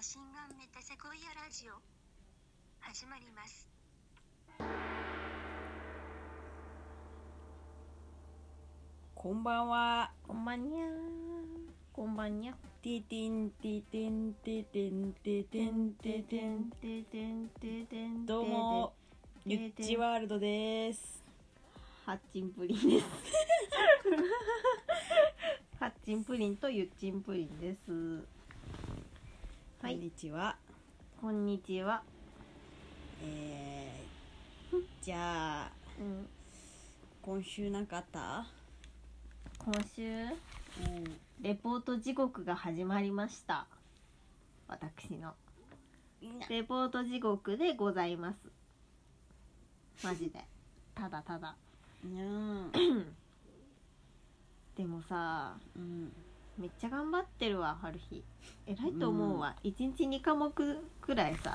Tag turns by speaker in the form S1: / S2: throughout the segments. S1: 心がめたセコイアラジオ始まります
S2: こんばんは。
S3: こんばんにゃーこんばんにゃ
S2: てぃてぃんてぃてぃんてぃてぃんてぃてぃんてぃてぃん。
S3: てんてんてんてん
S2: どうも、ゆっちワールドです。
S3: ハッチンプリンです ハッチンプリンとゆっちんプリンです
S2: こ
S3: は
S2: ん
S3: い
S2: にちは。
S3: こんにちは、
S2: えーじゃあ、
S3: うん、
S2: 今週なんかあった
S3: 今週
S2: うん。
S3: レポート時刻が始まりました私のレポート時刻でございますマジでただただでもさ
S2: うん。
S3: めっちゃ頑張ってるわ春日偉いと思うわ、一1日2科目くらいさ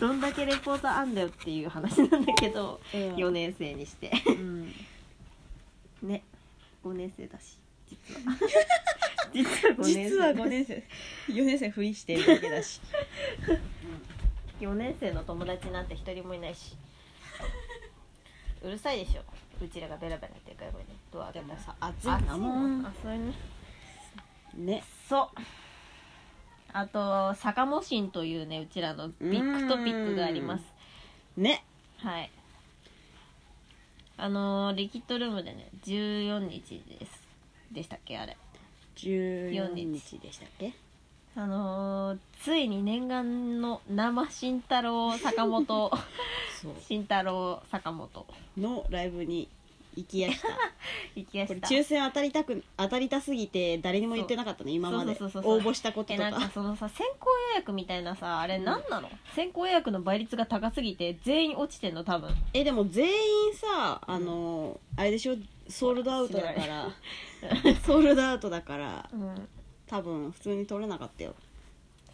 S3: どんだけレポートあんだよっていう話なんだけど、4 年生にして
S2: うん。
S3: ね5年生だし 実は
S2: 実は
S3: 5
S2: 5
S3: 年
S2: 年生、4年生ふりしてるだけだし。
S3: 生4年生の友達なんて一人もいないしうるさいでしょうちらがベラベラっていうからこれねドア
S2: で
S3: 開けた
S2: もさ、
S3: ら
S2: 暑い
S3: あ
S2: んだも。
S3: もうんあそれね
S2: ね。
S3: そうあと坂本神というねうちらのビッグトピックがあります
S2: ね。
S3: はいあのーリキッドルームでね14日ですでしたっけあれ
S2: 14
S3: 14
S2: 日
S3: 日
S2: でしたっけ
S3: あのーついに念願の生慎太郎坂本
S2: そう。
S3: 慎太郎坂本
S2: のライブに行きやした。
S3: 行きや
S2: こ
S3: し
S2: れ
S3: た
S2: 抽選当たりたく当たりたすぎて誰にも言ってなかったね今まで
S3: そうそうそうそう
S2: 応募したこと
S3: え
S2: と
S3: なんか
S2: か
S3: そのさ先行予約みたいなさあれ何なの、先行予約の倍率が高すぎて全員落ちてんの多分
S2: えでも全員さあの、あれでしょソールドアウトだか
S3: 知ら
S2: ら ソールドアウトだから
S3: うん
S2: 多分普通に取れなかったよ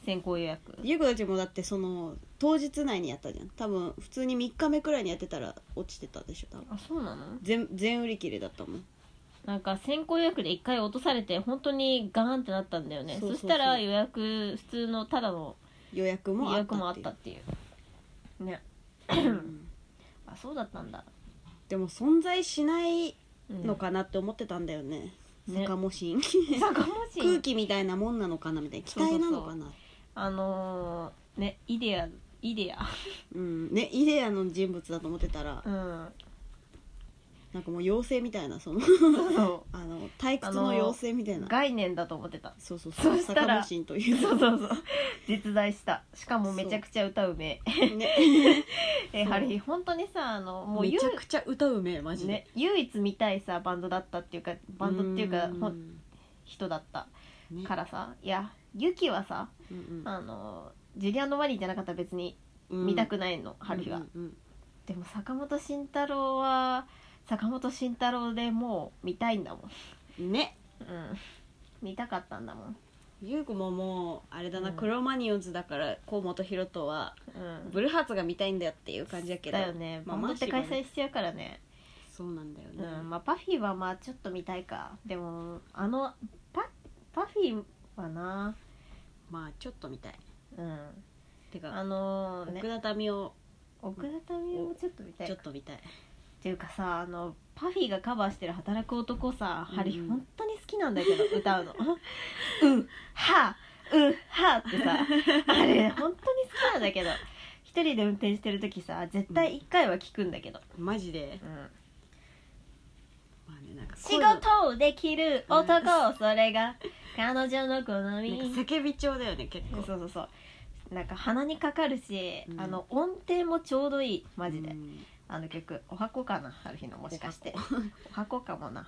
S3: 先行予約
S2: ゆう子たちもだってその当日内にやったじゃん多分普通に3日目くらいにやってたら落ちてたでしょ多分
S3: あそうなの
S2: 全全売り切れだったもん
S3: なんか先行予約で一回落とされて本当にガーンってなったんだよね
S2: そう
S3: そ
S2: そうそう
S3: したら予約普通のただの
S2: 予約もあ
S3: 予
S2: った
S3: 約も
S2: っ
S3: あって
S2: い
S3: た
S2: う
S3: っていうね
S2: うん
S3: あそうだったんだ、
S2: でも存在しない
S3: うん
S2: のかなって思ってたんだよね、
S3: ね
S2: 坂本慎
S3: 坂本
S2: 空
S3: 慎
S2: 気みたいなもんなのかなみたいな期待なのかな
S3: あのーねイデアイデア
S2: うんねイデアの人物だと思ってたら、
S3: うん
S2: なんかもう妖精みたいな その
S3: そうそ
S2: あの退屈の妖精みたいうな
S3: 概念だと思ってた
S2: そうそうそう
S3: そした
S2: 坂本
S3: ら
S2: 慎とい
S3: そううそうそう実在したしかもめちゃくちゃ歌うめ
S2: ね
S3: え
S2: そう
S3: ハリー本当にさあのもう
S2: め
S3: 唯
S2: ちゃくちゃ歌うめえマジで、
S3: ね、唯一見たいさバンドだったっていうかバンドっていうか
S2: ん
S3: ほん人だった
S2: ね
S3: からさいやユキはさ
S2: うん
S3: あのジュリアンド・マリーじゃなかったら別に
S2: うん
S3: 見たくないの、春日は、
S2: うんうん
S3: でも坂本慎太郎は坂本慎太郎でもう見たいんだもん
S2: うんね
S3: うん見たかったんだもん
S2: ゆう子ももうあれだな、
S3: うん
S2: クロマニオンズだから河本大翔は
S3: うん
S2: ブルーハーツが見たいんだよっていう感じやけど
S3: だよね
S2: ま
S3: バ
S2: あ
S3: ンドって
S2: マ
S3: 開
S2: ーシーはね
S3: 催しちゃうからね
S2: そうなんだよ
S3: う
S2: ね、
S3: んまあパフィーはまあちょっと見たいかでもあのパパフィーはな
S2: まあちょっと見たい
S3: うん
S2: てか
S3: あのーね
S2: 奥田民生
S3: 奥田民生もちょっと見たい
S2: ち
S3: か
S2: ょっと見たい
S3: っていうかさあのパフィーがカバーしてる「働く男さ」
S2: うん
S3: ハリー本当に好きなんだけど歌 うの「うんはうんは」ってさあれ本当に好きなんだけど一人で運転してる時さ絶対一回は聞くんだけど、
S2: マジで、
S3: うん
S2: まあね、なんか
S3: 仕事をできる男それが彼女の好み
S2: なんか叫び調だよね結構
S3: そうそうそうなんか鼻にかかるし、
S2: うん
S3: あの音程もちょうどいいマジで、
S2: うん
S3: あの曲「おはこかな」ある日のもしかして「おはこかもな」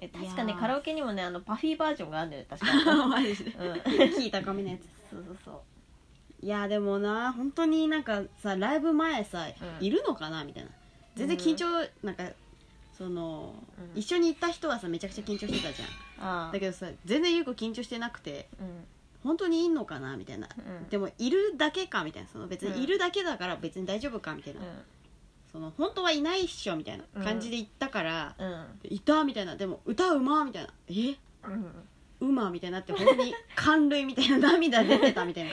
S3: え確か
S2: い
S3: ね
S2: やー
S3: カラオケにもねあのパフィーバージョンがあるんだよね確 か
S2: マジで
S3: うん
S2: キー高めのやつ
S3: そうそうそう
S2: いやでもな本当になんかさライブ前さ、
S3: うん
S2: いるのかなみたいな全然緊張、なんかその、
S3: うん
S2: 一緒に行った人はさめちゃくちゃ緊張してたじゃん
S3: ああ
S2: だけどさ全然優子緊張してなくて
S3: うん
S2: 本当にいんのかなみたいな、
S3: うん
S2: でもいるだけかみたいなその別
S3: う
S2: に
S3: ん
S2: いるだけだから別に大丈夫かみたいな、その本当はいないっしょみたいな感じで行ったから、
S3: うん
S2: いたみたいなでも歌うまみたいなえ
S3: うん
S2: うまみたいになって本当に感涙みたいな涙出てたみたいな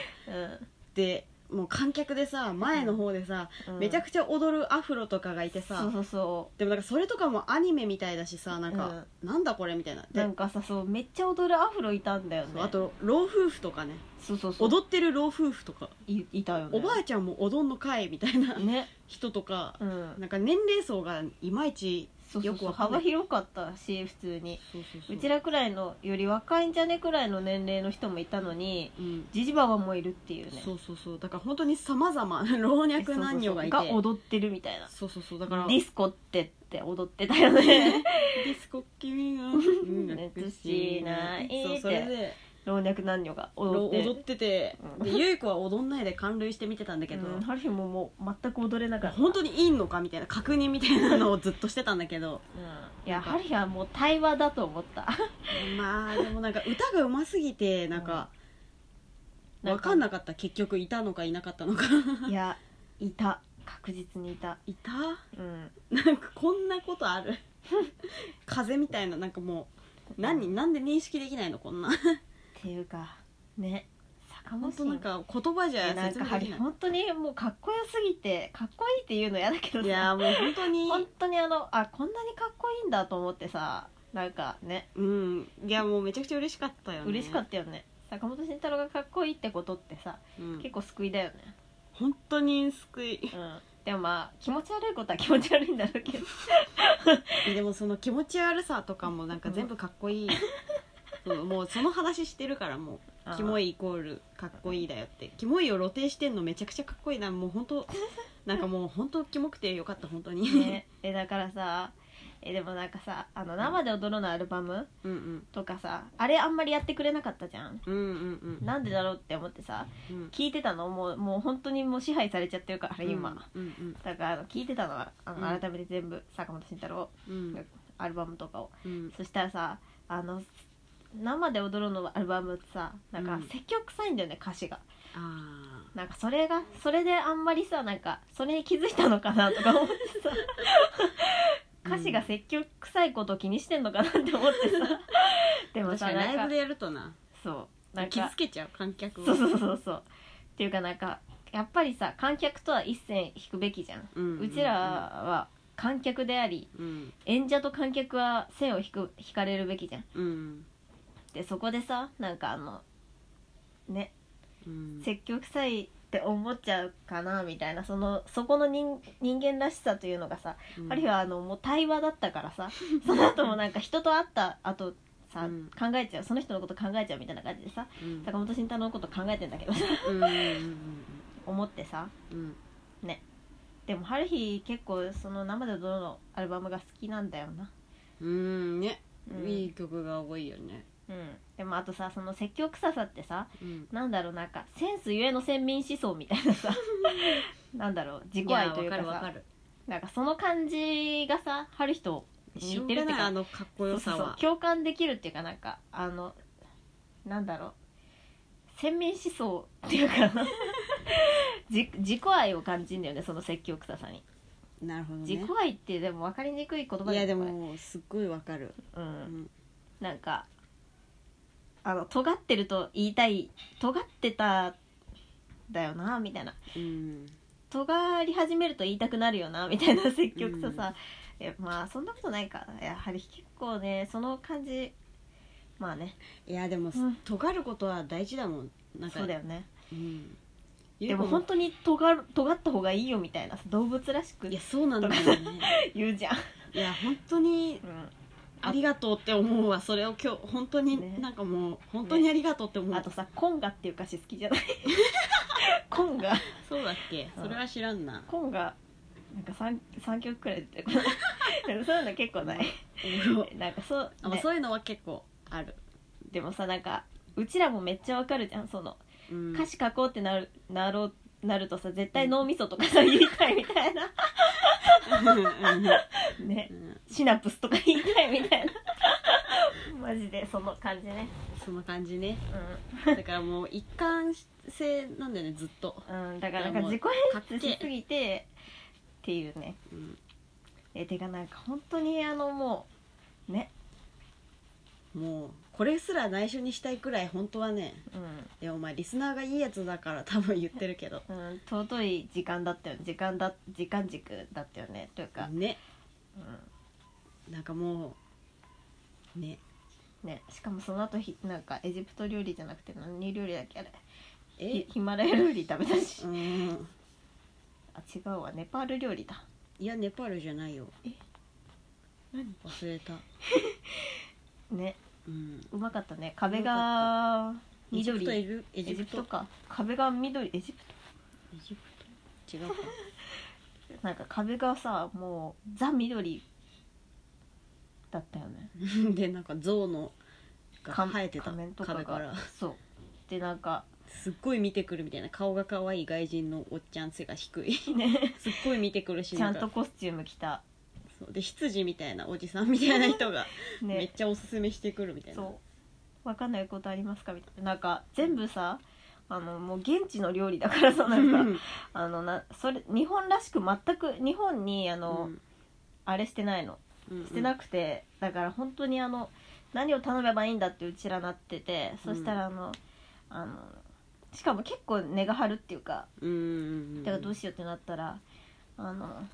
S2: でもう観客でさ前の方でさ、
S3: うん
S2: めちゃくちゃ踊るアフロとかがいてさ、
S3: そうそうそ
S2: でもなんかそれとかもアニメみたいだしさなんか、なんだこれみたいな
S3: う
S2: で
S3: なんかさそうめっちゃ踊るアフロいたんだよ
S2: そ
S3: ね
S2: うあと老夫婦とかね
S3: そうそうそう
S2: 踊ってる老夫婦とか、
S3: いいたよね
S2: おばあちゃんも踊んのかいみたいな
S3: ね
S2: 人とか
S3: う、ん
S2: なんか年齢層がいまいち
S3: そうそ
S2: よ
S3: う
S2: く
S3: そう
S2: わかんない
S3: 幅広かったし普通に
S2: そうそう
S3: うちらくらいのより若いんじゃねくらいの年齢の人もいたのに
S2: うん
S3: ジジババもいるっていうね
S2: そうそうそうだから本当にさまざま 老若男女がいて
S3: そうそうそうが踊ってるみたいな
S2: そうそうそうだから
S3: ディスコってって踊ってた よね
S2: ディスコ君が
S3: 熱しないって
S2: そうそれで
S3: 老若男女が踊
S2: 踊
S3: っ
S2: ってて
S3: る
S2: て、
S3: うん
S2: でゆい子は踊んないで感涙して見てたんだけど、
S3: うん、ハルヒももう全く踊れなかった
S2: 本当にいいのかみたいな確認みたいなのをずっとしてたんだけど
S3: うんいやハリーはもう対話だと思った
S2: まあでもなんか歌がうますぎてなんか、
S3: うん
S2: 分かんなかった結局いたのかいなかったのか
S3: いやいた確実にいた
S2: いた
S3: うん
S2: なんかこんなことある風邪みたいななんかもう何なんで認識できないのこんな
S3: っていうかね坂
S2: 本
S3: 本
S2: 当なんか言葉じゃ
S3: なん
S2: 説
S3: か
S2: 明
S3: ハ
S2: で
S3: リ
S2: き
S3: ー
S2: ない
S3: 本当にもうかっこよすぎてかっこいいって言うの嫌だけどさ
S2: いやもう本当に
S3: 本当にあのあこんなにかっこいいんだと思ってさなんかね
S2: うんいやもうめちゃくちゃ嬉しかったよね
S3: 嬉しかったよね坂本慎太郎がかっこいいってことってさ
S2: うん
S3: 結構救いだよね
S2: 本当に救い
S3: うんでもまあ気持ち悪いことは気持ち悪いんだろうけど
S2: でもその気持ち悪さとかもなんか全部かっこいい、 そうもうその話してるからもうキモいイコールかっこいいだよってキモいを露呈してんのめちゃくちゃかっこいいなもう本 当なんかもう本当キモくてよかった本当に、
S3: ね、えだからさえでもなんかさあの生で踊ろうのアルバム
S2: うんうん
S3: とかさあれあんまりやってくれなかったじゃん
S2: うんうん
S3: なんでだろうって思ってさ
S2: うんうん
S3: 聞いてたのもうもう本当にもう支配されちゃってるから今、
S2: うんうん
S3: だからあの聞いてたのはあ
S2: う
S3: の
S2: ん
S3: 改めて全部坂本慎太郎
S2: うん
S3: アルバムとかを、
S2: うん
S3: そしたらさあの生で踊ろうのアルバムってさなんか
S2: うん
S3: 説教臭いんだよね歌詞が
S2: あ
S3: なんかそれがそれであんまりさなんかそれに気づいたのかなとか思って さ歌詞が説教臭いことを気にしてんのかなって思っ てさで
S2: ー
S3: も
S2: 確
S3: さ
S2: かにライ
S3: な
S2: ブ
S3: ん
S2: で
S3: か
S2: やるとな
S3: そうなん
S2: 傷
S3: か
S2: つけちゃう観客を
S3: そうそうそうそうっていうかなんかやっぱりさ観客とは一線引くべきじゃん、
S2: うんうんうん
S3: うちらは観客であり
S2: うん
S3: 演者と観客は線を引く引かれるべきじゃん
S2: うん
S3: でそこでさなんかあのね
S2: うん
S3: 積極臭いって思っちゃうかなみたいなそのそこの人人間らしさというのがさ、
S2: うん
S3: あるいはあのもう対話だったから さその後もなんか人と会った後さ、
S2: うん
S3: 考えちゃうその人のこと考えちゃうみたいな感じでさ
S2: うん
S3: 坂本慎太郎のこと考えてんだけどさ
S2: うんうんうん
S3: 思ってさ
S2: うん
S3: でも春日結構その生で踊るのアルバムが好きなんだよな
S2: うんね
S3: うん
S2: いい曲が多いよね
S3: うんでもあとさその説教臭さってさ
S2: うん
S3: なんだろうなんかセンスゆえの先民思想みたいな さなんだろう自己愛というか
S2: やわ
S3: さ
S2: かる
S3: なんかその感じがさ春人を
S2: 一
S3: 似
S2: 緒
S3: てるってい
S2: あ
S3: うか
S2: のかっこ
S3: そ
S2: よ
S3: うそ
S2: さ
S3: うそう
S2: は
S3: 共感できるっていうかなんかあのなんだろう先民思想っていうか じ自己愛を感じるんだよねその説教臭さに、
S2: なるほど
S3: 自己
S2: ね
S3: 愛ってでも分かりにくい言葉
S2: いや
S3: だよね
S2: で
S3: こ
S2: もすっごいわかる
S3: れう、
S2: うんん
S3: なんかあの尖ってると言いたい尖ってただよなみたいな
S2: うん
S3: 尖り始めると言いたくなるよなみたいな積極ささ、えまあそんなことないかやはり結構ねその感じまあね
S2: いやでも
S3: うん
S2: 尖ることは大事だもんなんか
S3: そうだよね
S2: うん
S3: でも本当に尖る尖った方がいいよみたいな動物らしく
S2: いやそうなんだよね
S3: 言うじゃん、
S2: いや本当にありがとうって思うわそれを今日本当
S3: ね
S2: になんかもう本当にありがとうって思
S3: うん、
S2: う
S3: あとさ「コンガ」っていう歌詞好きじ ゃないコンガ
S2: そうだっけそれは知らんな
S3: コンガなんか 3, 三曲くらい出てこないそういうの結構ない なんかそう、
S2: あまあ
S3: ね
S2: そういうのは結構ある
S3: でもさなんかうちらもめっちゃわかるじゃんその
S2: うん
S3: 歌詞書こうってなるなろうなるとさ絶対脳みそとかさ言いたいみたいなね
S2: うん
S3: シナプスとか言いたいみたいなマジでその感じね
S2: そんな感じねだからもう一貫性なんだよねずっと、
S3: うん、うん、だか
S2: い
S3: ら
S2: や
S3: なんか
S2: もう
S3: 自己
S2: かっ
S3: 演出しすぎてっていうね
S2: うん
S3: えてかなんか本当にあのもうね
S2: もうこれすら内緒にしたいくらい本当はねでもまあリスナーがいいやつだから多分言ってるけど
S3: うん、うん、尊い時間だったよ時間だ時間軸だったよねというか、
S2: ね
S3: う
S2: なんかもうね
S3: んね、しかもその後ひなんかエジプト料理じゃなくて何料理だっけあれ
S2: え
S3: ヒヒマラヤ料理食べたし、
S2: うん
S3: あ違うわネパール料理だ
S2: いやネパールじゃないよ
S3: え何
S2: 忘れた
S3: ね
S2: うん
S3: うまかったね壁が
S2: エジプトエ
S3: 緑
S2: ルエ
S3: エ
S2: ジ
S3: ジ
S2: プ
S3: プト
S2: ト
S3: か壁が緑エジプ
S2: エジプト違うか
S3: トなんか壁がさもうザ緑だったよね
S2: でなんか象のが
S3: か
S2: 生えてた
S3: 仮面とか
S2: 壁
S3: が
S2: から
S3: そうでなんか
S2: すっごい見てくるみたいな顔が可愛い外人のおっちゃん背が低い
S3: ね
S2: すっごい見てくるし
S3: ちゃん
S2: な
S3: と
S2: か
S3: コスチューム着た
S2: そうで羊みたいなおじさんみたいな人がめっ
S3: ね
S2: ちゃおすすめしてくるみたいな
S3: そうわかんないことありますかみたいななんか全部さあのもう現地の料理だからさなんか
S2: うん
S3: あのなそれ日本らしく全く日本にあの、あれしてないの
S2: うん
S3: してなくて、だから本当にあの何を頼めばいいんだってうちらなってて、
S2: うん
S3: そしたらあのあのしかも結構根が張るっていうか
S2: うんうんうん
S3: だからどうしようってなったら、あの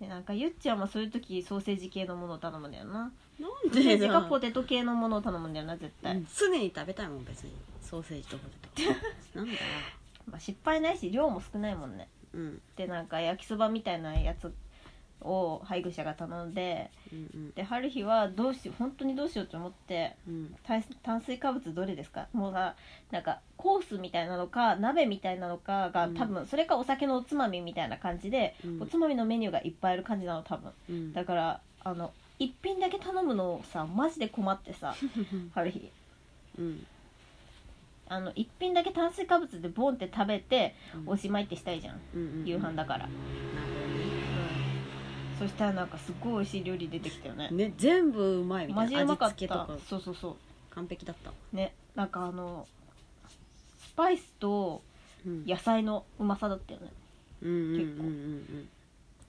S3: でなんかゆっちゃんもそういう時ソーセージ系のものを頼むんだよ な
S2: なん
S3: ソーセ
S2: で
S3: ージか
S2: だ
S3: ポテト系のものを頼むんだよな絶対、
S2: うん常に食べたいもん別にソーセージとポテ トなんだよ
S3: まあ、失敗ないし量も少ないもんね
S2: うん
S3: でなんか焼きそばみたいなやつを配偶者が頼んで
S2: うんうん
S3: で春日はどうしよう本当にどうしようと思って
S2: うん
S3: 炭炭水化物どれですかもうさなんかコースみたいなのか鍋みたいなのかが
S2: うん
S3: 多分、それかお酒のおつまみみたいな感じで、
S2: うん
S3: おつまみのメニューがいっぱいある感じなの多分
S2: うん
S3: だからあの一品だけ頼むのをさマジで困っ てさある日
S2: うん
S3: あの一品だけ炭水化物でボンって食べて
S2: うん
S3: おしまいってしたいじゃん
S2: うんうん
S3: 夕飯だから、うん、
S2: なるほどね
S3: そしたらなんかすっごい美味しい料理出てきたよね
S2: ね全部うまいみた
S3: マ
S2: い
S3: ジ
S2: な
S3: うまかっ
S2: 味付けと
S3: た
S2: か
S3: そうそうそう
S2: 完璧だった
S3: ねなんかあのスパイスと
S2: うん
S3: 野菜のうまさだったよね、
S2: うんうんうんうん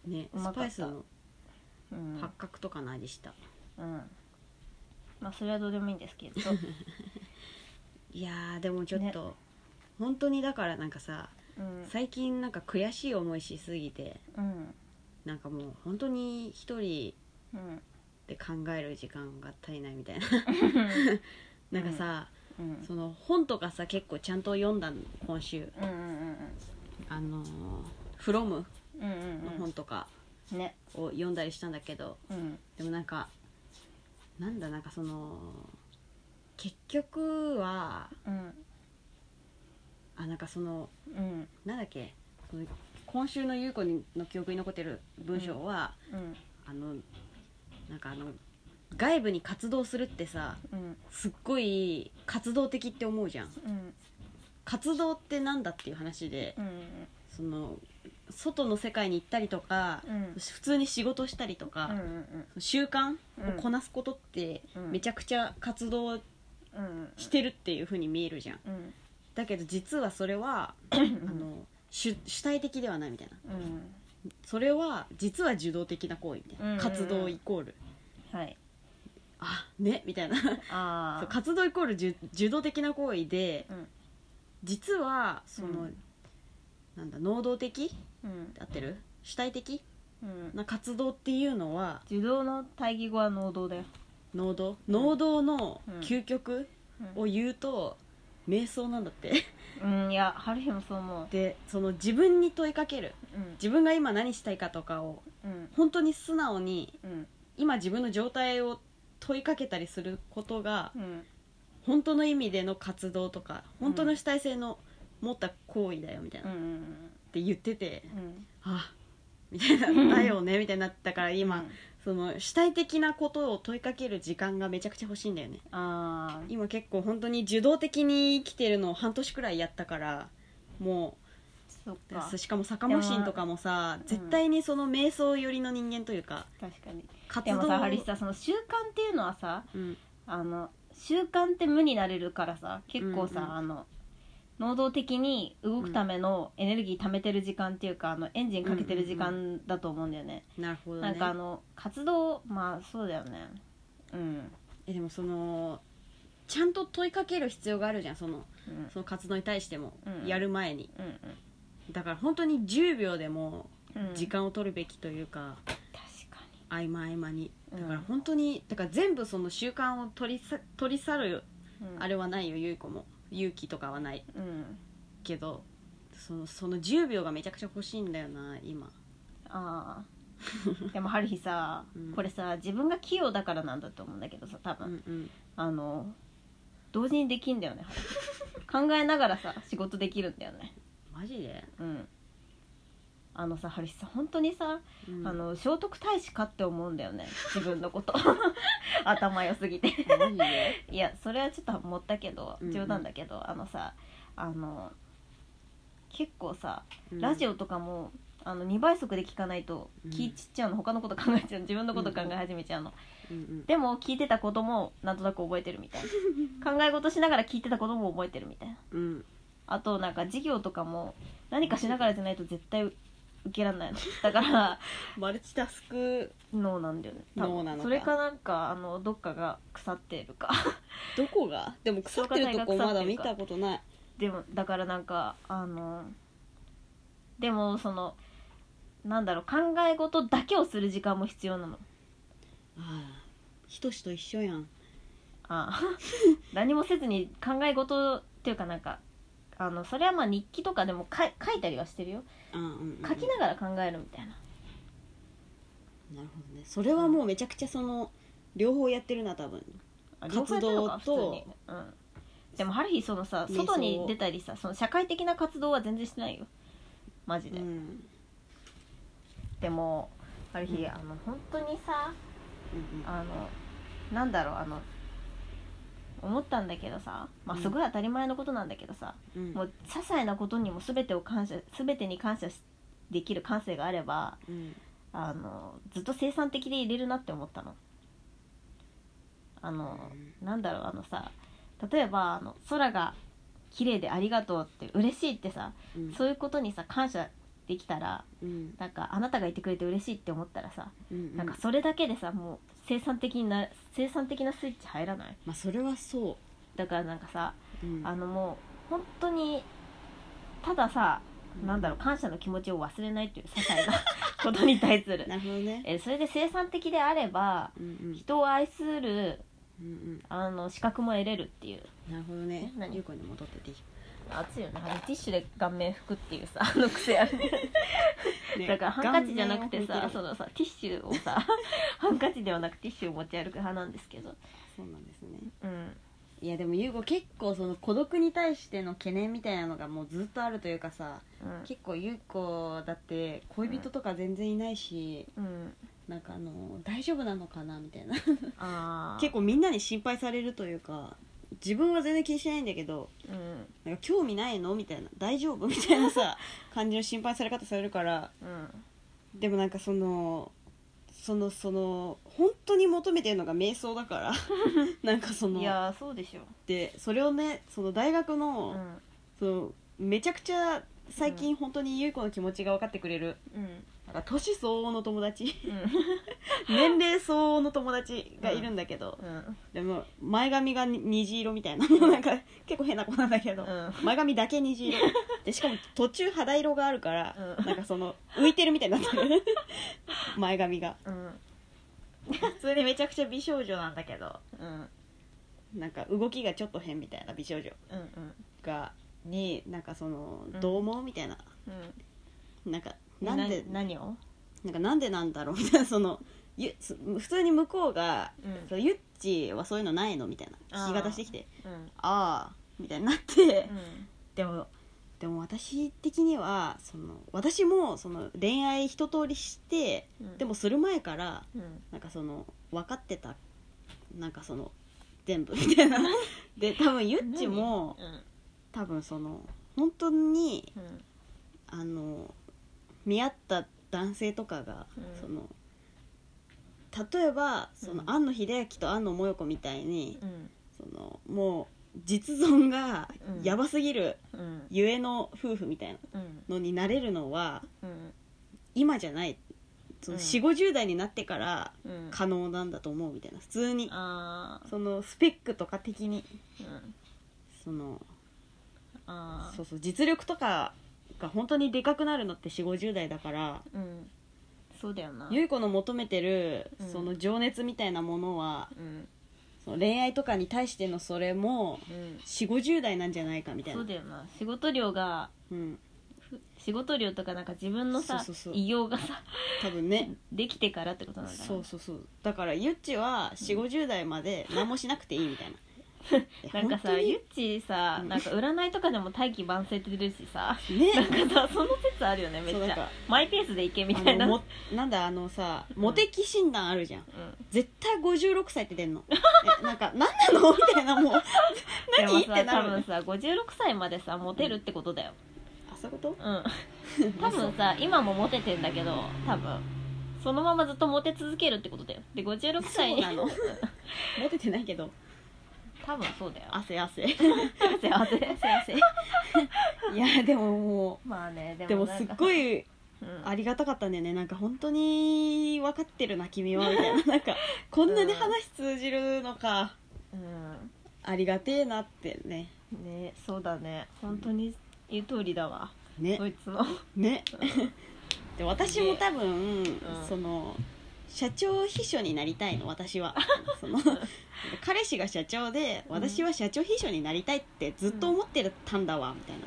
S2: うんね
S3: うま
S2: ス
S3: かった
S2: パイスの
S3: うん
S2: 八角とかの味した
S3: うん、まあそれはどうでもいいんですけど
S2: いやーでもちょっと本当にだからなんかさ
S3: うん、
S2: 最近なんか悔しい思いしすぎて
S3: うん
S2: なんかもう本当に一人
S3: うん
S2: で考える時間が足りないみたいななんかさ、
S3: うん
S2: その本とかさ結構ちゃんと読んだの今週
S3: うんうん
S2: あのー「フロム
S3: うんうん
S2: の
S3: うん
S2: 本とか
S3: うんね
S2: を読んだりしたんだけど、
S3: うん
S2: でもなんかなんだなんかその結局は
S3: うん
S2: あなんかその
S3: うん
S2: なんだっけその今週の優子の記憶に残ってる文章は、
S3: うん
S2: あのなんかあの外部に活動するってさ
S3: うん
S2: すっごい活動的って思うじゃん
S3: うん
S2: 活動ってなんだっていう話で
S3: うん
S2: その外の世界に行ったりとか、
S3: うん
S2: 普通に仕事したりとか、
S3: うん
S2: 習慣
S3: うん
S2: をこなすことって
S3: うん
S2: めちゃくちゃ活動
S3: うんうん
S2: してるっていう風に見えるじゃん
S3: うん
S2: だけど実はそれ はあの主主体的ではないみたいな
S3: うん
S2: それは実は受動的な行為みたい
S3: うんうん
S2: な
S3: うん
S2: 活動イコール
S3: はい
S2: あねみたいな
S3: あ
S2: そう
S3: あ
S2: 活動イコール受受動的な行為で
S3: うん
S2: 実はその、
S3: うん
S2: なんだ能動的
S3: うん
S2: 合ってる主体的
S3: うん
S2: な活動っていうのは
S3: 受動の対義語は能動だよ
S2: 能動能動の
S3: うん
S2: 究極
S3: うん
S2: を言うと瞑想なんだって
S3: うんいや春日もそう思う
S2: でその自分に問いかける
S3: うん
S2: 自分が今何したいかとかを
S3: うん
S2: 本当に素直に
S3: うん
S2: 今自分の状態を問いかけたりすることが
S3: うん
S2: 本当の意味での活動とか
S3: うん
S2: 本当の主体性の持った行為だよみたいな、
S3: う
S2: っ
S3: ん
S2: て言ってて
S3: うん
S2: あみたいなだよねみたいになったから今、
S3: うん
S2: その主体的なことを問いかける時間がめちゃくちゃ欲しいんだよね
S3: あー
S2: 今結構本当に受動的に生きてるのを半年くらいやったからも
S3: そっか
S2: うしかも坂本慎とかもさ
S3: ん
S2: 絶対にその瞑想寄りの人間というか
S3: 確かに
S2: 活
S3: で
S2: 動
S3: もさハリスさその習慣っていうのはさ
S2: うん
S3: あの習慣って無になれるからさ結構さ、
S2: うんうん
S3: あの能動的に動くためのエネルギー貯めてる時間っていうか、あのエンジンかけてる時間だと思うんだよね、
S2: なるほどね
S3: なんかあの活動まあそうだよねうん
S2: えでもそのちゃんと問いかける必要があるじゃんその
S3: うん
S2: その活動に対しても、
S3: うん
S2: やる前に
S3: うん
S2: だから本当に10秒でも
S3: うんうん
S2: 時間を取るべきというか、
S3: 確かに
S2: 合間合間にだか
S3: う
S2: ら
S3: ん
S2: 本当にだから全部その習慣を取りさ取り去る
S3: うん
S2: あれはないよゆい子も勇気とかはない
S3: うん
S2: けどそのその10秒がめちゃくちゃ欲しいんだよな今
S3: ああでも春日さ、
S2: うん
S3: これさ自分が器用だからなんだと思うんだけどさ多
S2: う
S3: 分、
S2: んうん
S3: あの同時にできんだよね考えながらさ仕事できるんだよね
S2: マジで、
S3: うんあのさ春日さ本当にさ、
S2: うん
S3: あの聖徳太子かって思うんだよね自分のこと 頭良すぎて
S2: マジで
S3: いやそれはちょっと持ったけど
S2: うんうん
S3: 冗談だけど、あのさあの結構さ
S2: うん
S3: ラジオとかも、あの2倍速で聞かないと
S2: うん
S3: 聞いちっちゃうの、他のこと考えちゃうの自分のこと考え始めちゃうの、
S2: うんうん
S3: でも聞いてたこともなんとなく覚えてるみたい な考え事しながら聞いてたことも覚えてるみたいな
S2: うん
S3: あとなんか授業とかも何かしながらじゃないと絶対受けられないのだから
S2: マルチタスク
S3: 脳なんだよね多分
S2: 脳なのか
S3: それかなんかあのどっかが腐ってるか
S2: どこがでも腐ってるとこまだ見たことない
S3: でもだからなんかあのでもそのなんだろう考え事だけをする時間も必要なの
S2: ああひとしと一緒やん
S3: ああ何もせずに考え事っていうかなんかあのそれはまあ日記とかでもかい書いたりはしてるよ
S2: あうんうんうん
S3: 書きながら考えるみたいな
S2: なるほどねそれはもうめちゃくちゃその両方やってるな多分
S3: あ両方やってるのか
S2: 活動と
S3: 普通に、うん、でもある日そのさ
S2: 瞑想
S3: 外に出たりさその社会的な活動は全然してないよマジ
S2: う
S3: で、
S2: ん
S3: でもある日、
S2: うん
S3: あの本当にさ
S2: うん
S3: あのなんだろうあの思ったんだけどさ、まあ、
S2: うん
S3: すごい当たり前のことなんだけどさ、
S2: うん
S3: もう些細なことにも全てを感謝全てに感謝しできる感性があれば
S2: うん
S3: あのずっと生産的でいれるなって思ったの。あのなんだろうあのさ例えばあの空が綺麗でありがとうって嬉しいってさ
S2: うん
S3: そういうことにさ感謝できたら
S2: うん
S3: なんかあなたがいてくれて嬉しいって思ったらさ
S2: うん
S3: なんかそれだけでさもう生産的にな生産的なスイッチ入らない
S2: まあそれはそ
S3: だからなんかさ
S2: う、うん
S3: あのもう本当にたださ、
S2: うん
S3: なんだろう感謝の気持ちを忘れないっていう些細な ことに対する
S2: なるほどね
S3: えそれで生産的であれば
S2: うんうん
S3: 人を愛する
S2: うん
S3: あの資格も得れるっていう
S2: うんなるほどね
S3: え何
S2: ゆうこに戻ってていい
S3: 熱いよねあのティッシュで顔面拭くっていうさ あの癖あるね
S2: ね
S3: だからハンカチじゃなくて
S2: 顔面を
S3: さ
S2: 拭い
S3: そ
S2: る
S3: のさティッシュをさ ハンカチではなくティッシュを持ち歩く派なんですけど
S2: そうなんですね
S3: うん
S2: いやでもゆうこ結構その孤独に対しての懸念みたいなのがもうずっとあるというかさ
S3: うん
S2: 結構ゆうこだって恋人とか全然いないし、
S3: うん
S2: なんかあの大丈夫なのかなみたいな
S3: あ
S2: 結構みんなに心配されるというか自分は全然気にしてないんだけど
S3: 構うん
S2: なんか興味ないのみたいな大丈夫みたいなさ感じの心配され方されるから
S3: うん
S2: でもなんかそのそのその本当に求めてるのが瞑想だ からなんかその
S3: いやーそうでしょ
S2: でそれをねその大学
S3: う
S2: の,、
S3: ん
S2: そのめちゃくちゃ最近本当に優子の気持ちが分かってくれる、
S3: うん
S2: なんか年相応の友 達
S3: う
S2: 年齢相応の友達がいるんだけど、
S3: んうん
S2: でも前髪がに虹色みたいななんか結構変な子なんだけど、
S3: うん
S2: 前髪だけ虹色でしかも途中肌色があるから、
S3: うん
S2: なんかその浮いてるみたいになって る前髪が
S3: うん
S2: 普通にめちゃくちゃ美少女なんだけど
S3: うん
S2: なんか動きがちょっと変みたいな美少女
S3: うん
S2: がになんかその
S3: うん
S2: どう思うみたいな、
S3: うん
S2: なんかなんでな
S3: 何を
S2: んかなんでなんだろうみたいなそのゆす普通に向こうが
S3: う
S2: 「
S3: ん
S2: そのゆっちはそういうのないの?」みたいな
S3: あー
S2: 聞き方してきて
S3: うん
S2: 「ああ」みたいになって、
S3: うん
S2: でもでも私的にはその私もその恋愛一通りして
S3: うん
S2: でもする前から
S3: うん
S2: なんかその分かってたなんかその全部みたいなで多分ゆっちも
S3: うん
S2: 多分その本当に
S3: うん
S2: あの見合った男性とかが、
S3: うん
S2: その例えばその、
S3: うん
S2: 庵野秀明と庵野萌子みたいに、
S3: うん
S2: そのもう実存が
S3: うん
S2: やばすぎる
S3: うん
S2: ゆえの夫婦みたいな
S3: うん
S2: のになれるのは
S3: うん
S2: 今じゃないそうの
S3: ん
S2: 4 5 0代になってから
S3: うん
S2: 可能なんだと思うみたいな普通に
S3: あー
S2: そのスペックとか的に
S3: うん
S2: その
S3: あー
S2: そうそう実力とかが本当にでかくなるのって4 5 0代だから
S3: うんそうだよな
S2: ゆい子の求めてる
S3: うん
S2: その情熱みたいなものは、
S3: うん
S2: その恋愛とかに対してのそれも
S3: うん
S2: 4 5 0代なんじゃないかみたい
S3: そ
S2: な
S3: うだよな仕事量が
S2: うん、
S3: ふ仕事量とかなんか自分のさ
S2: そうそうそう
S3: 異様がさ
S2: 多分ね
S3: できてからってことなんだな
S2: そうそうそうだからゆっちは4 5 0代まで何もしなくていいみたいな
S3: なんか
S2: 本
S3: さ
S2: 当
S3: ゆっ
S2: に
S3: ちーさ
S2: うん
S3: なんか占いとかでも大器晩成って出るし さ
S2: ね
S3: なんかさその説あるよねめっ
S2: そう
S3: ち
S2: なん
S3: ゃ
S2: か
S3: マイペースでいけみたい
S2: あ
S3: な
S2: のもなんだあのさモテ期診断あるじゃん
S3: うん
S2: 絶対56歳って出 んのえなんか何なのみたいなもう何っ
S3: でもさ
S2: て
S3: 多
S2: な
S3: 分
S2: る
S3: さ56歳までさモテるってことだよ
S2: あそういうこと
S3: うん 多分さ今もモテてんだけど多分そのままずっとモテ続けるってことだよで56歳に
S2: そうなのモテてないけど
S3: 多分そうだよ
S2: 汗汗
S3: 汗汗汗
S2: いやでもも
S3: まあねで
S2: うでも
S3: もなん
S2: す
S3: か
S2: っごい
S3: うん
S2: ありがたかったんだよねなんか本当に分かってるな君はみたいななんかこんなに話通じるのかありがてえなってね
S3: うんねそうだね本当に言う通りだわ
S2: ね
S3: こいつの
S2: ね で私も多分、
S3: ん
S2: その社長秘書になりたいの私 はその彼氏が社長で
S3: ん
S2: 私は社長秘書になりたいってずっと思ってたんだわみたいな、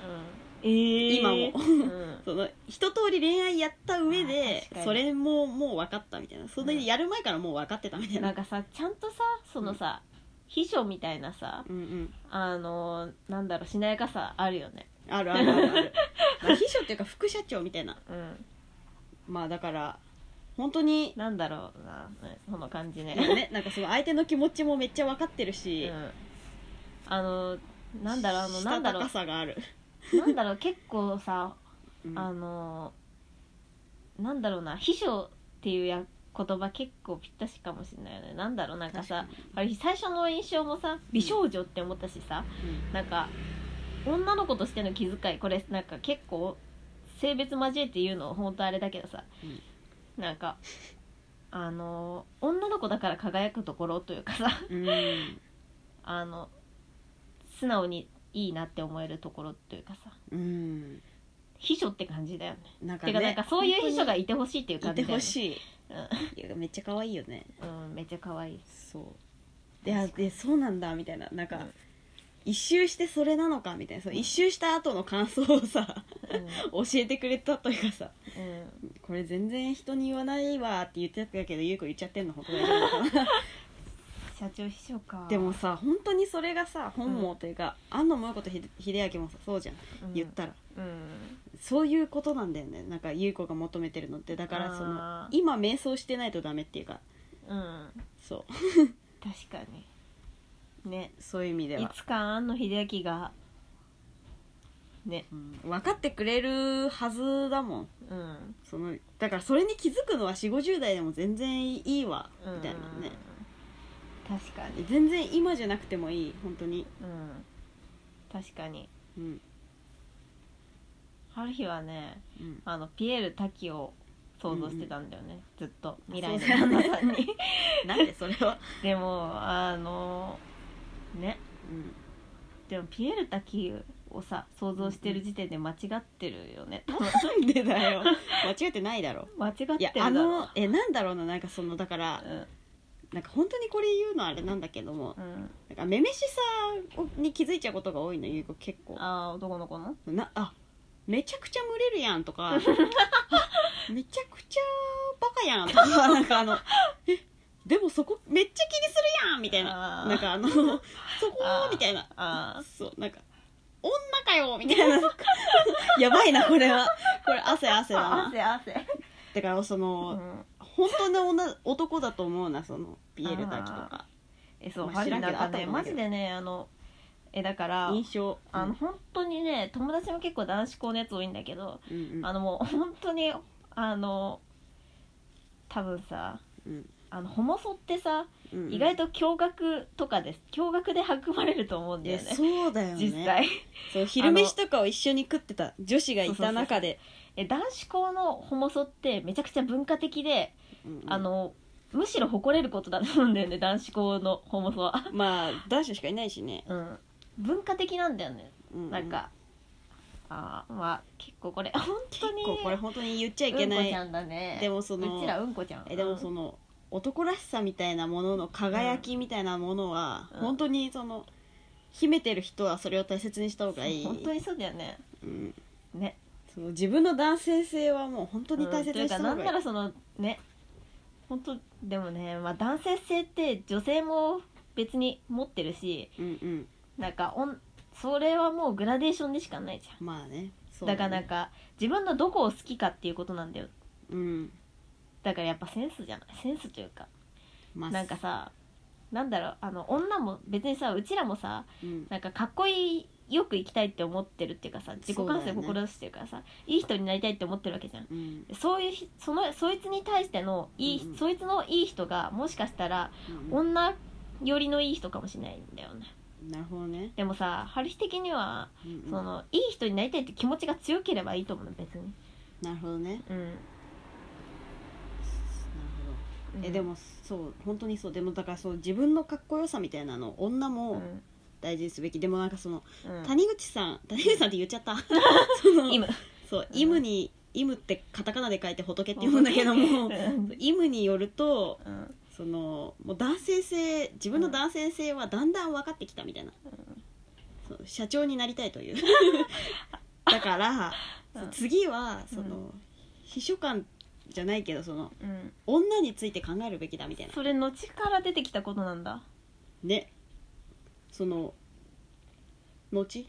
S3: えー
S2: 今も
S3: うん
S2: その一通り恋愛やった上で
S3: あー確かに
S2: それももう分かったみたいなそれやる前からもう分かってたみたい
S3: な
S2: な、
S3: んかさちゃんとさそのさ、秘書みたいなさ
S2: うんうん
S3: あのなんだろうしなやかさあるよね
S2: あるあるあるあ るまあ秘書っていうか副社長みたいな
S3: うん
S2: まあだから本当に
S3: なんだろうなねその感 じね
S2: ねなんかその相手の気持ちもめっちゃ分かってる
S3: う
S2: し、
S3: んあのなんだろうあのな
S2: した
S3: んだ
S2: た
S3: ろ
S2: かさがある、
S3: うなんだろう結構さ
S2: うん
S3: あのなんだろうな秘書っていうや言葉結構ぴったしかもしれないよねなんだろうなんかさ
S2: 確か
S3: あれ最初の印象もさ美少女って思ったしさ、
S2: に
S3: なんか女の子としての気遣いこれなんか結構性別交えて言うの本当あれだけどさ、なんかあの女の子だから輝くところというかさ
S2: うんうん
S3: あの素直にいいなって思えるところというかさ
S2: うん
S3: 秘書って感じだよね
S2: なんか
S3: て
S2: ね
S3: かなんかそういう秘書がいてほしいっていう
S2: 本
S3: 感
S2: 当
S3: じ
S2: にいて
S3: だ
S2: ほ
S3: よね
S2: しいいやめっちゃ可愛いよね
S3: うん、うん、めっちゃ可愛い
S2: そうであでそうなんだみたいななんか、
S3: うん
S2: 一周してそれなのかみたいなそう一周した後の感想をさ
S3: う
S2: 教えてくれたというかさ
S3: ん、うん
S2: これ全然人に言わないわって言ってたけどゆうこ言っちゃってんの 他大丈夫かな
S3: 社長秘書か
S2: でも、さ本当にそれがさ本望というか、安野萌子とひ秀明もさそうじゃん、
S3: うん
S2: 言ったら
S3: うん、
S2: そういうことなんだよねなんか優子が求めてるのってだからその
S3: あー
S2: 今瞑想してないとダメっていうか
S3: うん、
S2: そう
S3: 確かにね
S2: そういう意味で
S3: い
S2: は、
S3: つか庵野秀明がね
S2: うん分かってくれるはずだもん
S3: うん
S2: そのだからそれに気づくのは4 5 0代でも全然いいわ
S3: うん
S2: みたいなね、
S3: 確かに
S2: 全然今じゃなくてもいい本当に
S3: うん確かに
S2: うん
S3: ある日はね
S2: うん
S3: あのピエール滝を想像してたんだよね、ずっと未来の
S2: そうだよ
S3: 旦
S2: ね
S3: 那さんに
S2: なんでそれは、
S3: でもあのね
S2: うん、
S3: でもピエール滝をさ想像してる時点で間違ってるよね、
S2: なんでだ よ間違ってないだろ
S3: 間違ってる
S2: いや
S3: だ
S2: あ
S3: ろ
S2: のえなんだろうななんかそのだから
S3: うん
S2: なんか本当にこれ言うのあれなんだけども
S3: うん、
S2: なんかめめしさに気づいちゃうことが多いのゆう子結構
S3: ああ男の子の
S2: なあめちゃくちゃ群れるやんと かあめちゃくちゃバカやんとかなんかあのえでもそこめっちゃ気にするやんみたい
S3: あ
S2: な
S3: ー
S2: なんかあのそこ
S3: あー
S2: みたいな
S3: あ
S2: そうなんか女かよみたいな やばいなこれはこれ汗汗
S3: ー
S2: だな
S3: 汗汗
S2: だからその、
S3: うん
S2: 本当の女男だと思うなそのピエール滝とか
S3: えそう、
S2: まあ
S3: マジ
S2: 知らんけ
S3: な
S2: ど
S3: んか
S2: あった
S3: ね
S2: と思う
S3: マ
S2: け
S3: ジ
S2: ど
S3: でねあのえだから
S2: 印象
S3: あの本当にね友達も結構男子校のやつ多いんだけど、
S2: うんうん
S3: あのもう本当にあの多分さ
S2: うん
S3: あのホモソってさ、
S2: うんうん
S3: 意外と驚愕とかです驚愕で育まれると思うんだ
S2: いや
S3: よね
S2: そうだよね
S3: 実際
S2: そう昼飯とかを一緒に食ってた女子がいた中で
S3: え男子校のホモソってめちゃくちゃ文化的で、
S2: うんうん
S3: あのむしろ誇れることだと思うんだよね男子校のホモソは、
S2: まあ男子しかいないしね、
S3: うん、文化的なんだよね
S2: うう
S3: なんか、あーまあ結構これ本
S2: 結
S3: 当に
S2: 構これ本当に言っちゃいけ
S3: うん
S2: な
S3: こ
S2: い、
S3: ちゃんだね
S2: でもその
S3: うちらうんこちゃん
S2: えでもそ
S3: の
S2: の男らしさみたいなものの輝きみたいなものは、
S3: うん
S2: 本当にその秘めてる人はそれを大切にした方がいい
S3: 本当にそうだよね
S2: うん、
S3: ね
S2: その自分の男性性はもう本当に大切にした
S3: うんとい
S2: 方
S3: うかなん
S2: がいい、
S3: ならそのね本当でもね、まあ、男性性って女性も別に持ってるし
S2: うんうん
S3: なんかおんそれはもうグラデーションでしかないじゃん
S2: まあねそ
S3: だ,、
S2: うね
S3: からなんか自分のどこを好きかっていうことなんだよ
S2: うん
S3: だからやっぱセンスじゃないセンスというか
S2: まあ
S3: なんかさなんだろうあの女も別にさうちらもさ
S2: うん
S3: なんかかっこいいよく生きたいって思ってるっていうかさ自己
S2: そう
S3: 完
S2: だ
S3: 成
S2: よ
S3: を
S2: ね
S3: 志してるからさ、いい人になりたいって思ってるわけじゃん
S2: うん
S3: そういうひそのそいつに対してのいい、
S2: うんうん
S3: そいつのいい人がもしかしたら
S2: うん
S3: 女寄りのいい人かもしれないんだよね
S2: なるほどね、
S3: でもさ春日的には
S2: うんうん
S3: そのいい人になりたいって気持ちが強ければいいと思うの別に
S2: なるほどね
S3: うん、
S2: なるほどえでもそう本当にそうでもだからそう自分のかっこよさみたいなの女
S3: うん、
S2: も大事にすべき、でもなんかその
S3: うん
S2: 谷口さん谷口さんって言っちゃった その
S3: 今
S2: そう
S3: うん
S2: イムに、イムってカタカナで書いて仏って読むんだけどもイムによると
S3: うん
S2: そのもう男性性自分の男性性はだんだん分かってきたみたいな、そう社長になりたいと いうだから、
S3: うん
S2: そう次はその、
S3: う
S2: 秘書官じゃないけどその
S3: うん
S2: 女について考えるべきだみたいな
S3: それ後から出てきたことなんだ
S2: ねその後